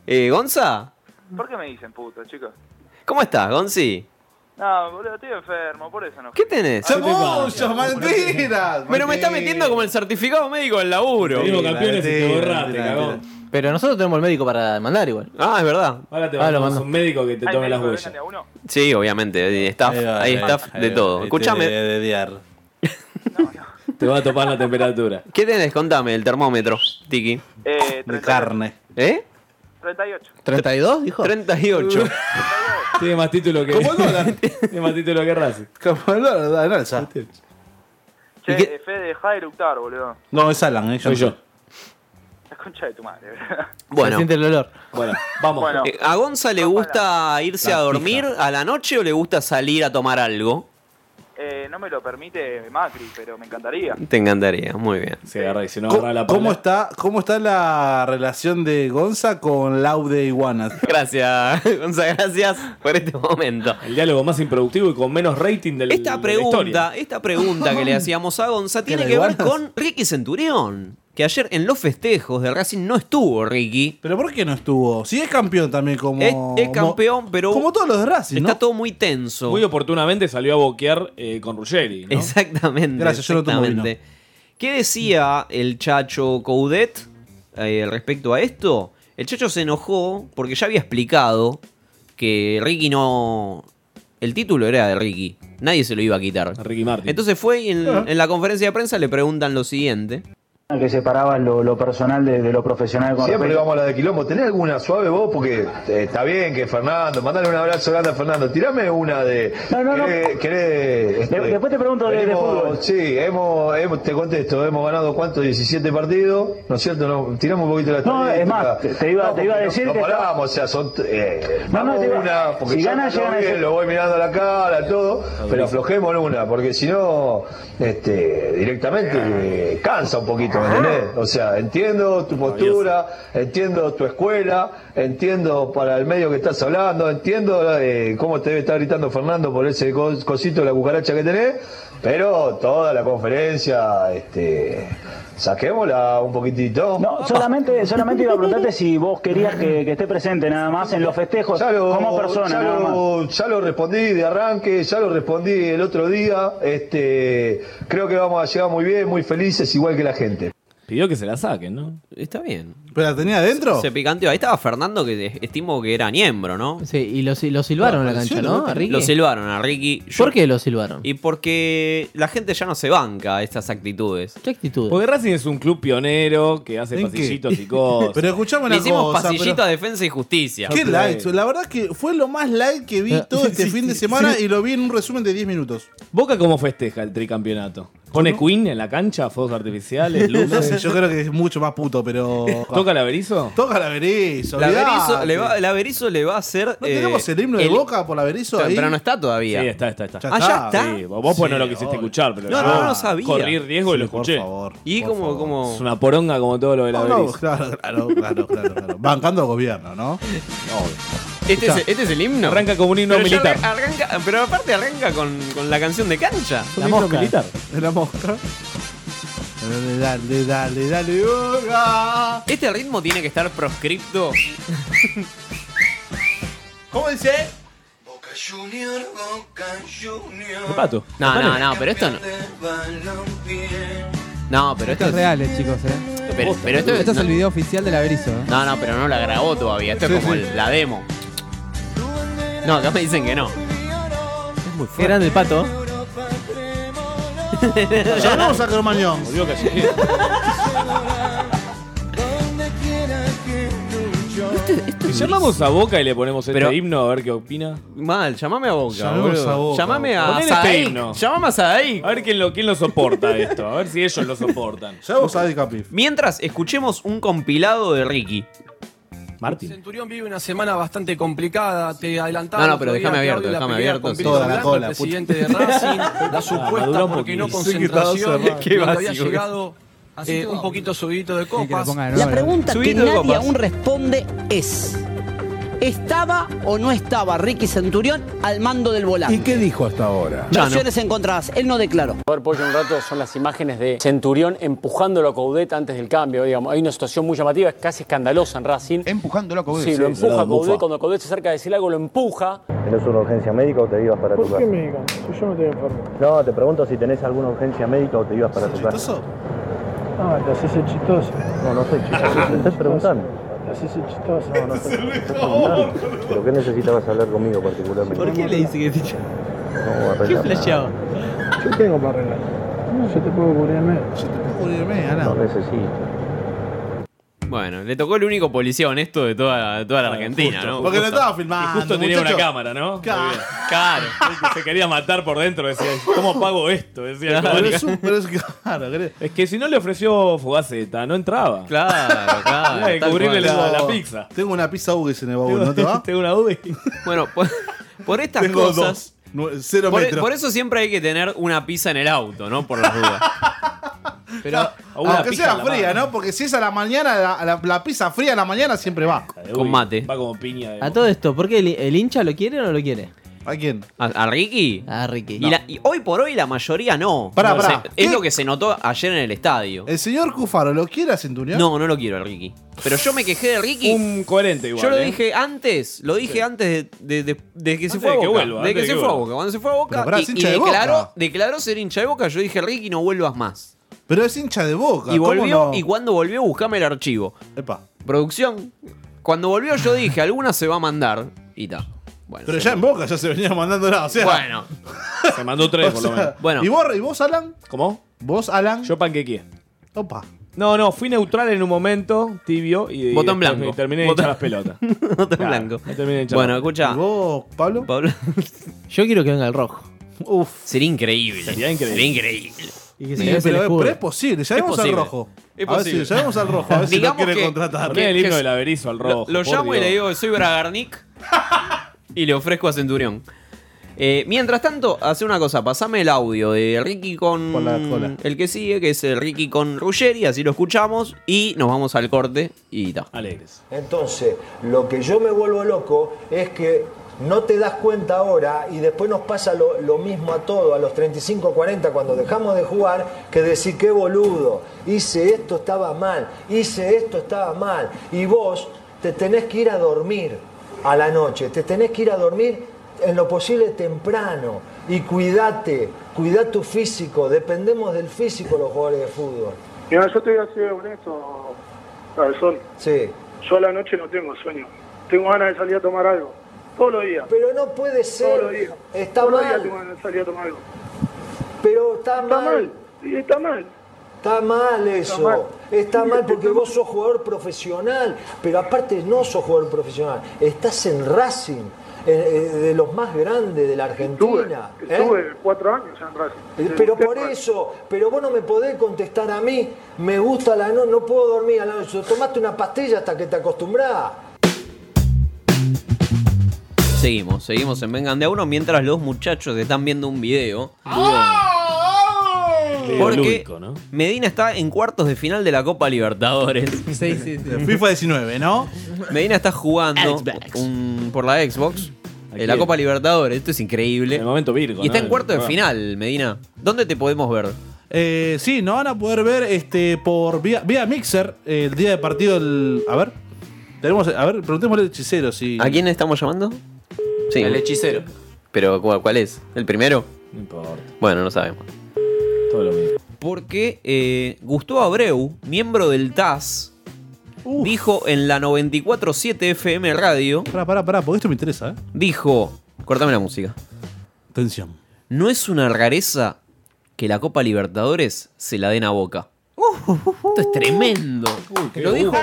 Eh, ¿Gonza?
¿Por qué me dicen puto, chicos?
¿Cómo estás, Gonzi?
No, boludo, estoy enfermo, por eso no.
¿Qué tenés?
Son
muchas mentiras!
Pero me está metiendo como el certificado médico del laburo.
Te digo campeones y te Mentira, borraste, mentira, cagón.
Pero nosotros tenemos el médico para demandar igual.
Ah, es verdad.
Ahora te
Ah, lo
vas a
mando.
un médico que te tome las huellas.
Sí, obviamente. Ahí está, ahí está de todo. Escúchame,
Te va a topar la temperatura.
¿qué tenés? Contame el termómetro, Tiki.
Eh,
De carne. ¿Eh?
38.
¿32, dijo?
38.
Tiene más título que.
Como el dólar.
Tiene más título que Racing.
Como el dólar, dale, en alza.
Che, eh, Fede, dejá de eructar, boludo.
No, es Alan, eh.
Soy yo.
La concha de tu madre.
Bueno.
siente el olor.
Bueno, vamos.
Bueno.
Eh, ¿A Gonza le gusta irse a dormir a la noche o le gusta salir a tomar algo?
Eh, no me lo permite Macri, pero me encantaría.
Te encantaría, muy bien.
¿Cómo, cómo está, ¿Cómo está la relación de Gonza con Lau de Iguanas?
Gracias, Gonza, gracias por este momento.
El diálogo más improductivo y con menos rating del
Esta pregunta, esta pregunta que le hacíamos a Gonza tiene que ver
iguanas?
con Ricky Centurión. Que ayer en los festejos de Racing no estuvo Ricky.
¿Pero por qué no estuvo? Si es campeón también como...
Es, es campeón, pero.
Como todos los de Racing,
Está
¿no?
todo muy tenso.
Ah, Muy oportunamente salió a boquear eh, con Ruggeri. ¿no?
Exactamente.
Gracias, yo no tomo
exactamente. ¿Qué decía el chacho Coudet eh, respecto a esto? El chacho se enojó porque ya había explicado que Ricky no. El título era de Ricky. Nadie se lo iba a quitar.
Ricky Martin. Ah.
Entonces fue y en, en la conferencia de prensa le preguntan lo siguiente.
que separaba lo, lo personal de, de lo profesional con
Siempre
respecto-
vamos a la de quilombo. ¿Tenés alguna suave vos? Porque eh, está bien que Fernando, mandale un abrazo grande a Fernando. Tirame una de. ¿Querés- querés, este,
De- después te pregunto de- de
Eh, venimos-
fútbol.
Sí, hemos, hemos- te contesto, hemos ganado cuánto, 17 partidos, ¿no es cierto? No, tiramos un poquito la
No, es
estadística.
más, te- te iba-
No,
te iba a
porque
decir
no,
que
no paramos,
estaba-
o sea, son eh,
No, no,
vamos
te iba-
una, porque
si
ya
ganan,
está
llegan a
bien,
ese-
lo voy mirando la cara, todo, pero aflojemos en una, porque si no, este, directamente eh, cansa un poquito, ¿me entendés? O sea, entiendo tu postura, entiendo tu escuela, entiendo para el medio que estás hablando, entiendo eh, cómo te debe estar gritando Fernando por ese cos- cosito de la cucaracha que tenés, pero toda la conferencia, este, saquémosla un poquitito.
Solamente, solamente iba a preguntarte si vos querías que, que esté presente nada más en los festejos
Ya lo-
como persona
ya
nada más.
lo, ya lo respondí de arranque, ya lo respondí el otro día. Este, creo que vamos a llegar muy bien, muy felices, igual que la gente.
Pidió que se la saquen, ¿no?
Está bien.
¿Pero la tenía adentro?
Se picanteó. Ahí estaba Fernando, que estimo que era miembro, ¿no?
Sí, y lo, si- lo silbaron en la cancha, ¿no? ¿A Ricky?
Lo silbaron a Ricky. Yo-
¿Por qué lo silbaron?
Y porque la gente ya no se banca estas actitudes.
¿Qué actitud?
Porque Racing es un club pionero que hace
¿En qué?
pasillitos y cosas.
Pero
escuchame
Le hicimos pasillito
pero-
a defensa y justicia.
Qué light. La verdad que fue lo más light que vi todo este fin de semana y lo vi en un resumen de 10 minutos.
¿Boca cómo festeja el tricampeonato? ¿Pone Queen en la cancha? ¿Fuegos artificiales? Luces?
No sé, yo creo que es mucho más puto, pero.
¿Toca la Berizo?
Toca la Berizo.
La
olvidate.
Berizzo le va, la Berizzo le va a hacer. eh,
¿No tenemos Eh, el este himno de Boca por la Berizzo ahí?
Pero no está todavía.
Sí, está, está, está.
Ah, ya está.
Sí, vos pues no
Sí,
lo quisiste
obvio.
escuchar, pero
No,
yo
no, no, no sabía.
Corrí riesgo y lo
Sí, por
escuché.
favor, Y por como- favor. como-
Es una poronga como todo lo de la
No, no,
Berizo.
claro, claro, claro, claro, claro. Bancando al gobierno, ¿no?
Este es,
Escuchá.
este es el himno.
Arranca como un himno
Pero ya
militar.
arranca- pero aparte arranca con, con la canción de cancha.
Un himno militar.
La mosca. Dale, dale, dale, dale. Boca.
Este ritmo tiene que estar proscripto.
¿Cómo dice?
Pato.
No, no, no, pero esto no. No, pero
Esto
esto
es real, eh, chicos, eh.
Pero, pero esto,
es
no,
el video oficial de la Berizo. eh.
No, no, pero no la grabó todavía. Esto
Sí,
es como
sí.
el- la demo. No, acá me dicen que no.
Qué grande el pato.
Ya vamos a Cromañón.
Si llamamos a Boca y le ponemos este
Pero-
himno a ver qué opina.
Mal, llamame a Boca.
Llamemos
boludo.
a Boca.
Llamame a
Ponele
Sadaic.
este himno.
Llamame a Sadaic.
A ver quién lo, quién lo soporta esto. A ver si ellos lo soportan.
Llamamos a Capif.
Mientras escuchemos un compilado de Ricky. Martín.
Centurión vive una semana bastante complicada, te adelantaba.
No, no,
el otro
pero
día
déjame
que
abierto,
abrió la
déjame
pelea
abierto,
con
sí.
Víctor
Toda la
Blanco,
cola,
el presidente de Racing, la
Ah,
supuesta
maduró un
porque no
poquito. Sí, que estaba
concentración,
cerrado. Qué
que había
básico que-
llegado eh, un poquito subido de copas.
La
eh.
pregunta que
Subido de
nadie
copas.
aún responde es: ¿estaba o no estaba Ricky Centurión al mando del volante?
qué dijo hasta ahora?
Versiones encontradas, él no declaró.
A ver, Pollo, un rato son las imágenes de Centurión empujándolo a Coudet antes del cambio, digamos. Hay una situación muy llamativa, es casi escandalosa en Racing. Empujándolo a
Coudet.
Sí, lo
Sí,
empuja
lo
a Coudet.
empuja.
Cuando Coudet se acerca de decir algo, lo empuja.
¿Tenés una urgencia médica o te ibas para tu casa?
digan? Si yo no estoy enfermo.
No, te pregunto si tenés alguna urgencia médica o te ibas para tu casa.
Ah, te haces el chistoso.
No, no soy chistoso. Te estás preguntando.
Te haces el chistoso.
no soy chistoso, te estás preguntando. ¿Pero qué necesitabas hablar conmigo particularmente?
¿Por qué le
dice que te No,
¿Qué
arreglar nada.
flasheado? Yo tengo para arreglar. Yo te puedo cubrirme. Yo te puedo cubrirme,
No necesito.
Bueno, le tocó el único policía honesto de toda, de toda la Argentina,
Justo,
¿no?
justo. Y justo tenía
muchacho.
una cámara, ¿no?
Claro.
Muy bien. Claro. Se quería matar por dentro. Decía, ¿cómo pago esto? Decía,
Claro,
como-
es un-
Es que si no le ofreció Fogaceta, no entraba.
Claro, claro,
Había que
tal
cubrirle
cual.
la, la
Tengo-
pizza.
Tengo una pizza Ugues en el baúl, ¿no te va?
Tengo una Ugues.
Bueno, por, por estas
Tengo
cosas.
dos. Nue- cero
por, e-
metros.
por eso siempre hay que tener una pizza en el auto, ¿no? Por las dudas. Pero,
Aunque sea fría, ¿no? Porque si es a la mañana, la, la- la pizza fría a la mañana siempre va.
Con mate.
Va como piña.
A todo esto, ¿por qué el, el hincha lo quiere o no lo quiere?
¿A quién?
¿A, a Ricky?
A Ah, Ricky.
Y, la- y hoy por hoy la mayoría no.
Pará,
No,
pará.
se- es lo que se notó ayer en el estadio.
¿El señor Cufaro lo quiere a Centurión?
No, no lo quiero a Ricky. Pero yo me quejé de Ricky.
Un coherente igual.
Yo lo
¿eh?
dije antes, lo dije antes de, de- de- de que se
Antes
fue a
de que
Boca.
vuelva,
de
antes
que,
de
se
que
fue a
vuelva.
Boca. Cuando se fue a Boca
Pero pará,
y,
es
y
hincha de
declaró,
Boca.
declaró ser hincha de Boca, yo dije, Ricky, no vuelvas más.
Pero es hincha de boca.
Y
¿cómo
volvió,
no?
y cuando volvió, buscame el archivo.
Epa.
Producción. Cuando volvió yo dije, alguna se va a mandar. Y ta. Bueno,
Pero
se-
ya en boca ya se venía mandando nada. O sea,
Bueno.
Se mandó tres,
o
por lo
sea,
menos.
¿Y vos, y vos, Alan?
¿Cómo?
¿Vos, Alan?
Yo panquequé.
Opa.
No, no, fui neutral en un momento, tibio, y y
Botón
después
blanco.
me terminé de
Botón-
echar las pelotas.
Botón
Claro,
blanco.
me terminé de echar
Bueno,
las-
escucha.
¿Vos, Pablo?
Pablo.
Yo quiero que venga el rojo.
Sería increíble. Sería increíble. Sería increíble.
Y que
Sí, pero, es- pero es posible, ya
Es
vemos al
posible.
rojo.
Es
a ver
posible.
si ya vemos al rojo, a ver si lo
Digamos
quiere
que-
contratar.
que- que es-
averizo al
lo-
rojo,
Lo,
por
llamo y
Dios.
le digo, soy Bragarnik y le ofrezco a Centurión. Eh, mientras tanto, hace una cosa, pasame el audio de Ricky con,
Con la cola.
el que sigue, que es el Ricky con Ruggeri, así lo escuchamos y nos vamos al corte y ta. Alegres.
Entonces, lo que yo me vuelvo loco es que no te das cuenta ahora y después nos pasa lo, lo mismo a todos, a los 35, 40, cuando dejamos de jugar, que decir, qué boludo, hice esto, estaba mal, hice esto, estaba mal. Y vos te tenés que ir a dormir a la noche, te tenés que ir a dormir en lo posible temprano y cuídate, cuidá tu físico, dependemos del físico los jugadores de fútbol.
Mira, yo te voy a ser honesto, cabezón.
Sí.
Yo a la noche no tengo sueño. Tengo ganas de salir a tomar algo. Todos los días.
Pero no puede
Todos los días.
ser, está
Todos los días
mal.
tengo ganas de salir a tomar algo.
Pero está mal.
Está mal. Sí, está mal.
Está mal eso. Está
mal.
mal, porque vos sos jugador profesional, pero aparte no sos jugador profesional. Estás en Racing, eh, eh, de los más grandes de la Argentina. ¿eh?
Estuve cuatro años en Racing.
Eh, Pero
Estuve
por
cuatro años.
eso, pero vos no me podés contestar a mí, me gusta la noche, no puedo dormir a la noche. Tomaste una pastilla hasta que te acostumbrás.
Seguimos, seguimos en Vengan de a uno mientras los muchachos están viendo un video.
Ah, oh.
Porque
Lúdico,
Medina está en cuartos de final de la Copa Libertadores.
Sí, sí, sí.
FIFA 19, ¿no?
Medina está jugando un- por la Xbox. eh, la
quién?
Copa Libertadores, esto es increíble. el
momento Virgo.
Y está
¿no?
en cuarto de
Ah.
final, Medina. ¿Dónde te podemos ver?
Eh, sí, nos van a poder ver este por vía, vía Mixer eh, el día de partido. El, a ver, tenemos, a ver, preguntémosle al hechicero si.
¿A quién estamos llamando? Sí.
Al
hechicero. Pero ¿cu- ¿cuál es? ¿El primero? No importa. Bueno, no sabemos. Todo lo mismo. Porque eh, Gustavo Abreu, miembro del TAS, dijo en la 94.7 FM Radio.
Pará, pará, pará, porque esto me interesa, ¿eh?
Dijo. Cortame la música.
Atención.
No es una rareza que la Copa Libertadores se la den a boca. Esto es tremendo. Lo dijo.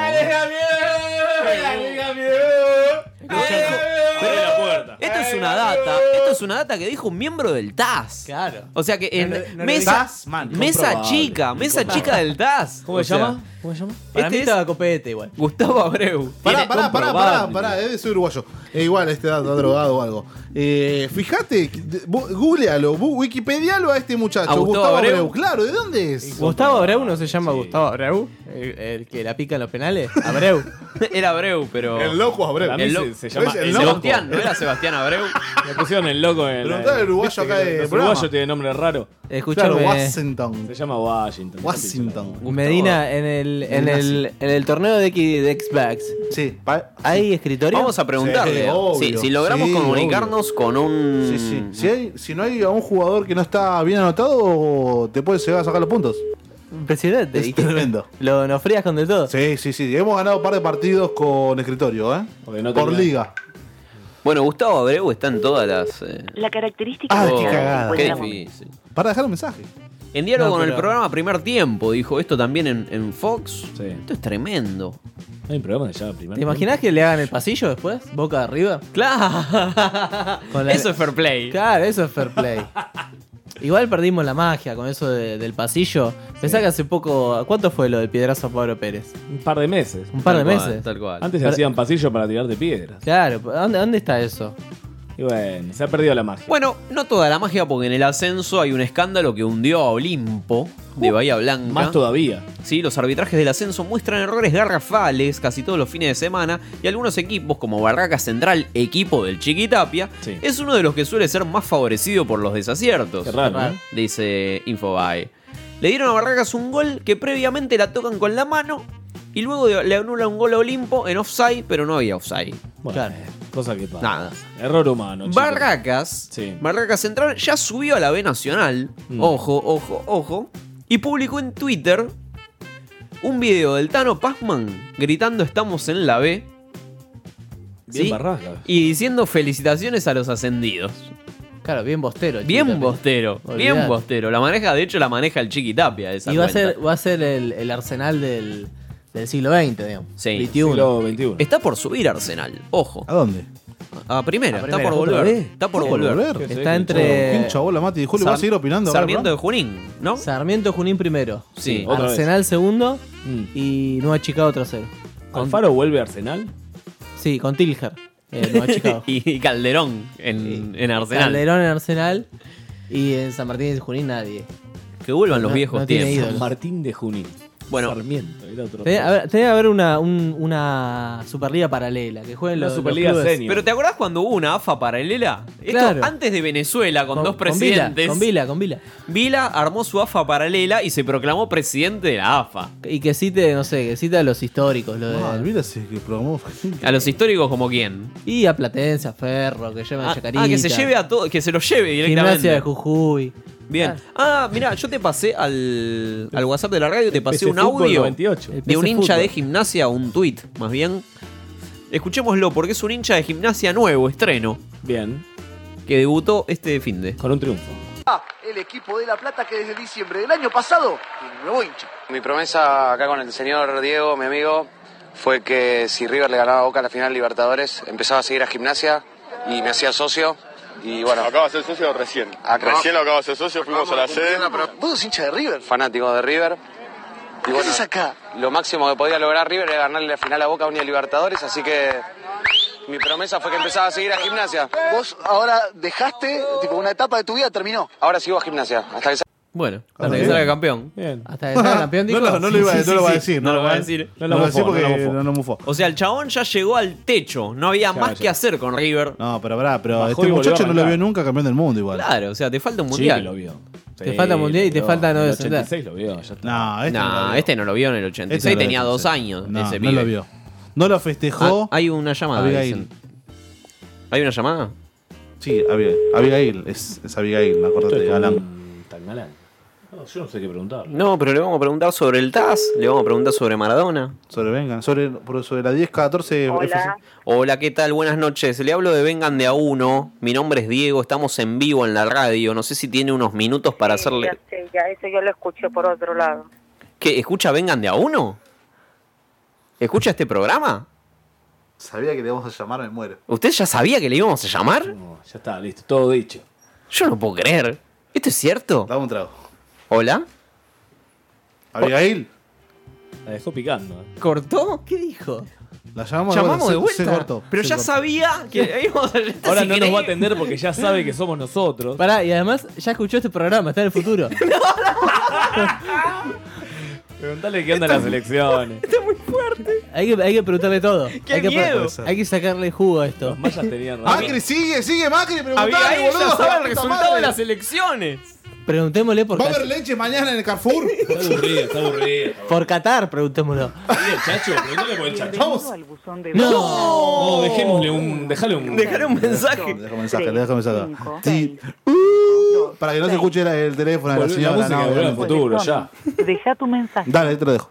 Esto es una data. Esto es una data que dijo un miembro del TAS. Claro. O sea que en
No lo- no lo
mesa,
digas. TAS, man,
mesa
comprobable.
chica, mesa
Comprobable.
chica del TAS.
¿Cómo
O
se
sea,
llama? ¿Cómo se llama? Para mí
este es-
estaba copete igual.
Gustavo Abreu.
Pará,
Tiene-
pará, pará, pará,
comprobable.
Ah, pará, es uruguayo. Eh, igual, este dato drogado o algo. Eh, fíjate, de- bu- googlealo, bu- wikipedialo a este muchacho,
¿A Gustavo
Gustavo
Abreu?
Abreu. Claro, ¿de dónde es?
Gustavo Abreu no se llama Gustavo Abreu, el, el que la pica en los penales. Abreu.
Era Abreu, pero.
El loco Abreu.
El
Para
loco
mí se- se llama el loco.
Sebastián, ¿no era Sebastián Abreu?
Me pusieron el loco en.
Preguntale al uruguayo
¿viste
acá
que
del
Los
programa?
uruguayos tienen nombre raro.
Escuchame. Claro, Washington.
Se llama Washington.
Washington.
Medina en el, en el, en el torneo de, X- de X-Backs.
Sí.
¿Hay escritorio?
Vamos a preguntarle. ¿eh? Sí, si logramos
Sí,
comunicarnos con un.
Sí, sí. Si, hay- si no hay a un jugador que no está bien anotado, te puede llegar a sacar los puntos.
Impresionante.
Es tremendo.
¿Lo nos frías con de todo?
Sí, sí, sí. Hemos ganado un par de partidos con escritorio, ¿eh? Por
tenía-
liga.
Bueno, Gustavo Abreu está en todas las. eh,
La característica
Ah,
de
qué cagada. Qué
encontramos.
difícil.
Para dejar un mensaje.
En diálogo
No,
con el
pero-
programa Primer Tiempo, dijo esto también en, en Fox. Esto es tremendo.
Hay un programa que se llama Primer
¿Te imaginás que le hagan el pasillo después? ¿Boca arriba?
¡Claro! Eso es fair play.
Claro, eso es fair play. Igual perdimos la magia con eso de- del pasillo. Pensá que hace poco. ¿Cuánto fue lo del piedrazo a Pablo Pérez?
Un par de meses.
Un par de
Tal cual,
meses.
tal cual. Antes se
Pero-
hacían pasillo para tirarte piedras.
Claro, ¿dónde, dónde está eso?
Y bueno, se ha perdido la magia.
Bueno, no toda la magia, porque en el ascenso hay un escándalo que hundió a Olimpo de Bahía Blanca.
más todavía.
Sí, los arbitrajes del ascenso muestran errores garrafales casi todos los fines de semana y algunos equipos, como Barraca Central, equipo del Chiquitapia, es uno de los que suele ser más favorecido por los desaciertos.
Qué raro, ¿eh?
Dice Infobae. Le dieron a Barracas un gol que previamente la tocan con la mano y luego de- le anulan un gol a Olimpo en offside, pero no había offside.
Bueno, eh, cosa que pasa.
Nada.
Error humano. chicos.
Barracas, Barracas Central ya subió a la B Nacional,
Mm.
ojo, ojo, ojo, y publicó en Twitter un video del Tano Pazman gritando estamos en la B.
Bien Barracas.
Y diciendo felicitaciones a los ascendidos.
Claro, bien bostero.
Bien bostero, bien
Olvidate.
bostero. La maneja, de hecho, la maneja el Chiqui Tapia. Esa
Y va a
cuenta.
ser, va a ser el, el arsenal del, del siglo XX, digamos.
Sí.
Siglo
Está por subir Arsenal, ojo.
¿A dónde?
A primera,
A
está
primera,
por
¿otra
volver.
vez?
Está por
¿Está por
volver.
volver? Está entre-
Pincha bola, Mati. Julio,
Sar-
¿vas a seguir opinando? ahora,
Sarmiento de
Bram?
Junín, ¿no?
Sarmiento Junín primero.
Sí, otra vez.
Arsenal segundo y Nueva Chicago tercero.
Mm. ¿Alfaro vuelve a Arsenal?
Sí, con Tilger. eh, Nueva Chicago.
y Calderón en, en Arsenal.
Calderón en Arsenal y en San Martín de Junín nadie.
Que vuelvan los
No-
viejos
no tiene
tiempos.
ídolos.
Martín de Junín.
Bueno.
Sarmiento, era otro.
Tenía a ver- tenía que haber una, un- una Superliga paralela que jueguen los, los clubes.
Pero ¿te acordás cuando hubo una AFA paralela? Esto
Claro.
antes de Venezuela con, dos
con Vila,
presidentes.
con Vila, con Vila.
Vila armó su AFA paralela y se proclamó presidente de la AFA.
Y que cite, no sé, que cite a los históricos. Lo de...
Ah, mira, sí, que programó.
A los históricos como quién.
Y a Platense, a Ferro, que llevan
Ah,
a Chacarita.
ah, que se lleve a todo, que se los lleve directamente.
Gimnasia de Jujuy.
Bien. Ah, mira, yo te pasé al, al WhatsApp de la radio, te pasé
PC
un audio
Fútbol 98.
de un
PC
hincha de
Fútbol.
gimnasia, un tweet, más bien. Escuchémoslo, porque es un hincha de gimnasia nuevo, estreno.
Bien.
Que debutó este fin de.
Con un triunfo.
Ah, el equipo de La Plata que desde diciembre del año pasado tiene un nuevo hincha.
Mi promesa acá con el señor Diego, mi amigo, fue que si River le ganaba a Boca en la final Libertadores, empezaba a seguir a gimnasia y me hacía socio. Y bueno.
Acabas de ser socio recién.
Acá-
Recién lo acabas de ser socio, fuimos a la sede.
¿Vos sos hincha de River? Fanático de River. Y bueno, Lo máximo que podía lograr River era ganarle la final a Boca a un Libertadores, así que mi promesa fue que empezaba a seguir a gimnasia.
Vos ahora dejaste, tipo, una etapa de tu vida terminó.
Ahora sigo a gimnasia, hasta que sa-
Bueno, hasta que salga campeón.
Hasta que salga campeón,
No,
dijo.
no, no lo iba a- no lo va a decir.
No lo va a decir.
No lo va a decir porque no lo mufó.
O sea, el chabón ya llegó al techo. No había
Claro,
más
ya.
que hacer con River.
No, pero pará, pero
Bajó
este
y volvió a
muchacho no lo
arrancar.
vio nunca campeón del mundo igual.
Claro, o sea, te falta un mundial.
que lo vio.
Te falta mundial y te falta no descender.
No, este no lo
Nah,
vio.
este no lo vio en el 86.
Este no lo vio,
tenía dos
sí.
años.
No,
ese
no
pibe.
lo vio. No lo festejó.
Ah, hay una llamada.
Abigail.
dicen. ¿Hay una llamada?
Sí, Abigail. Abigail, es, es Abigail, me acuerdo de Galán.
Tan galán. No, yo no sé qué preguntar.
No, pero le vamos a preguntar sobre el TAS. Le vamos a preguntar sobre Maradona.
Sobre Vengan, sobre, por- sobre la 10, 14. FC.
Hola, ¿qué tal? Buenas noches. Le hablo de Vengan de a uno. Mi nombre es Diego. Estamos en vivo en la radio. No sé si tiene unos minutos para hacerle.
Ya sé, ya, eso yo lo escuché por otro lado.
¿Qué? ¿Escucha Vengan de a uno? ¿Escucha este programa?
Sabía que le íbamos a llamar, me muero.
¿Usted ya sabía que le íbamos a llamar?
ya está, listo, todo dicho.
Yo no puedo creer. ¿Esto es cierto?
Dame un trago.
¿Hola?
Abigail.
La dejó picando. ¿eh?
¿Cortó?
¿Qué dijo?
La llamamos,
Llamamos de
se-
vuelta.
Se cortó.
Pero
se
ya
cortó.
sabía que íbamos a
Ah,
Ahora no nos va a atender porque ya sabe que somos nosotros.
Pará, y además ya escuchó este programa, está en el futuro.
Preguntale qué onda las elecciones.
hay, que, hay que preguntarle todo.
¡Qué
hay, que,
miedo!
hay que sacarle jugo a esto.
Mayas tenían
Macri, sigue, sigue Macri, preguntale,
Abigail
boludo.
ya sabe el
puta
resultado
madre.
de las elecciones.
Preguntémosle por,
¿Va a
Cat-
haber leche mañana en el Carrefour?
aburrido, está aburrido.
por Qatar, preguntémoslo.
Chacho, pregúntale por el chacho.
No.
No, dejémosle un. Dejale un.
Dejale un mensaje.
Deja mensaje, le dejo mensaje. Sí. Uh, para que no se escuche la- el teléfono, la
Volvé la
señora.
música,
no,
volvé al
obviamente.
futuro, ya.
Deja tu mensaje.
Dale, te lo dejo.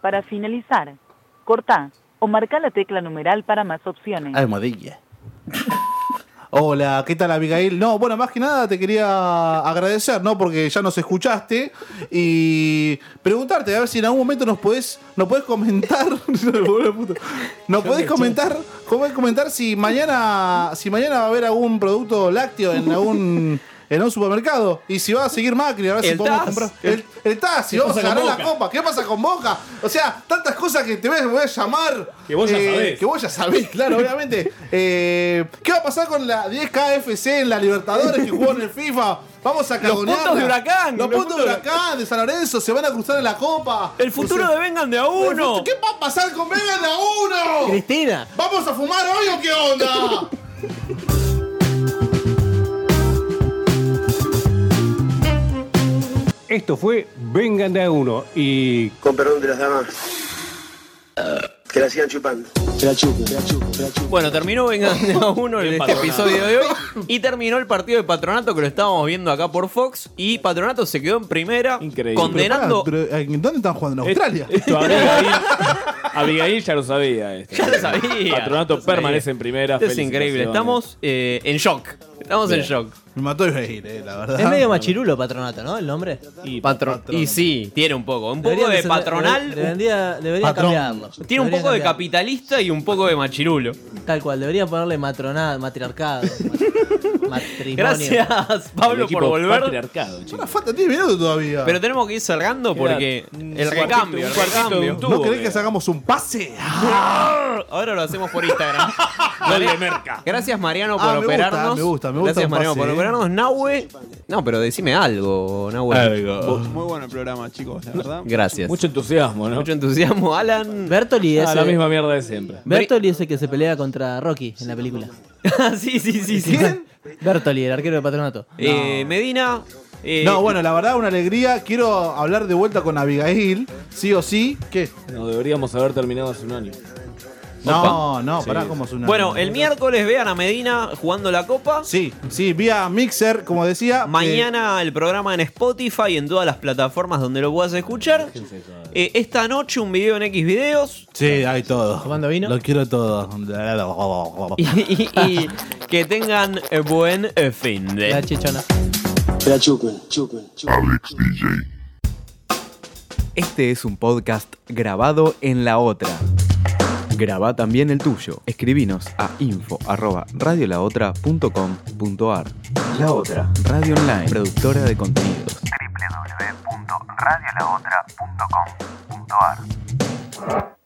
Para finalizar, cortá o marca la tecla numeral para más
Ah.
opciones.
Almohadilla. Hola, ¿qué tal Abigail? No, bueno, más que nada te quería agradecer, ¿no? Porque ya nos escuchaste y preguntarte a ver si en algún momento nos podés, nos podés comentar, nos podés comentar, podés comentar si mañana, si mañana va a haber algún producto lácteo en algún en un supermercado y si va a seguir Macri, a ver si
El TAS.
podemos comprar el, el TAS, si
¿Qué
vamos a
pasa con
ganar la
Boca?
copa, ¿qué pasa con Boca? O sea, tantas cosas que te voy a- voy a llamar eh,
Que vos ya sabés.
que vos ya sabés, claro, obviamente. Eh, ¿Qué va a pasar con la 10K FC en la Libertadores que jugó en el FIFA? Vamos a cagonearla.
puntos de
Los,
Huracán, los
puntos de
puntos de-
Huracán de San Lorenzo se van a cruzar en la Copa.
El futuro de Vengan de a uno.
¿Qué va a pasar con Vengan de a uno?
Cristina.
¿Vamos a fumar hoy o qué onda?
Esto fue Vengan de a uno y.
Con perdón de las damas. Que la sigan chupando. Que la chupen, que la chupen, que la chupen.
Bueno, terminó Vengan de a uno en este
Patronato.
episodio de hoy. Y terminó el partido de Patronato que lo estábamos viendo acá por Fox. Y Patronato se quedó en primera. Condenando.
Ah, Pero, pará, pero, ¿en ¿Dónde están
Eh,
jugando? ¿En Australia?
Esto Abigail, Abigail ya lo sabía. este. Esto.
Ya lo sabía.
Patronato
Ya lo sabía.
permanece en primera.
Esto es increíble.
felicitaciones.
Estamos eh, en shock. Estamos en
Bien.
shock.
Me mató el reír, eh, la verdad.
Es medio machirulo patronato, ¿no? El nombre.
Y, y sí, tiene un poco. Un poco
Deberían
de
ser-
patronal.
debe- debería- debería cambiarlo.
Tiene
Debería
un poco de
cambiarlo.
capitalista y un poco de machirulo.
Tal cual, debería ponerle matronado, matriarcado. matrimonio.
Gracias, Pablo, por volver.
Ah, falta 10 minutos todavía.
Pero tenemos que ir cerrando porque
un
el
cuartito,
recambio,
un
el
cuartito de
recambio.
un tubo, ¿No crees que sacamos un pase?
Ah. Ahora lo hacemos por Instagram. Dale merca. Gracias Mariano por
Ah, me gusta,
operarnos.
me gusta, me gusta
Gracias
un
Mariano
pase,
por
eh.
operarnos. Nahue. No, pero decime algo, Nahue. Vos-
Muy bueno el programa, chicos, la verdad.
Gracias.
Mucho entusiasmo, ¿no?
Mucho entusiasmo, Alan.
Bertoli es.
Ah, la misma mierda de siempre.
Bertoli es el que se pelea contra Rocky en la película.
sí, sí, sí,
sí. Bertoli, el arquero de patronato.
Eh, Medina. eh,
no, bueno, la verdad, una alegría. Quiero hablar de vuelta con Abigail, sí o sí. ¿Qué?
No, deberíamos haber terminado hace un año.
No,
Opa.
no,
Sí.
pará, como es una.
Bueno, el miércoles vean a Medina jugando la copa.
Sí, sí, vía Mixer, como decía.
Mañana el programa en Spotify y en todas las plataformas donde lo puedas escuchar. Eh, esta noche un video en X videos.
eh, Sí, hay todo.
¿Tomando vino?
Lo quiero todo.
Y, y- y que tengan eh, buen eh, fin de.
La chichona.
La chupen, chupen, chupen.
Este es un podcast grabado en la otra. Graba también el tuyo. Escribinos a info arroba radiolaotra.com.ar. La Otra, Radio Online, productora de contenidos.
www.radiolaotra.com.ar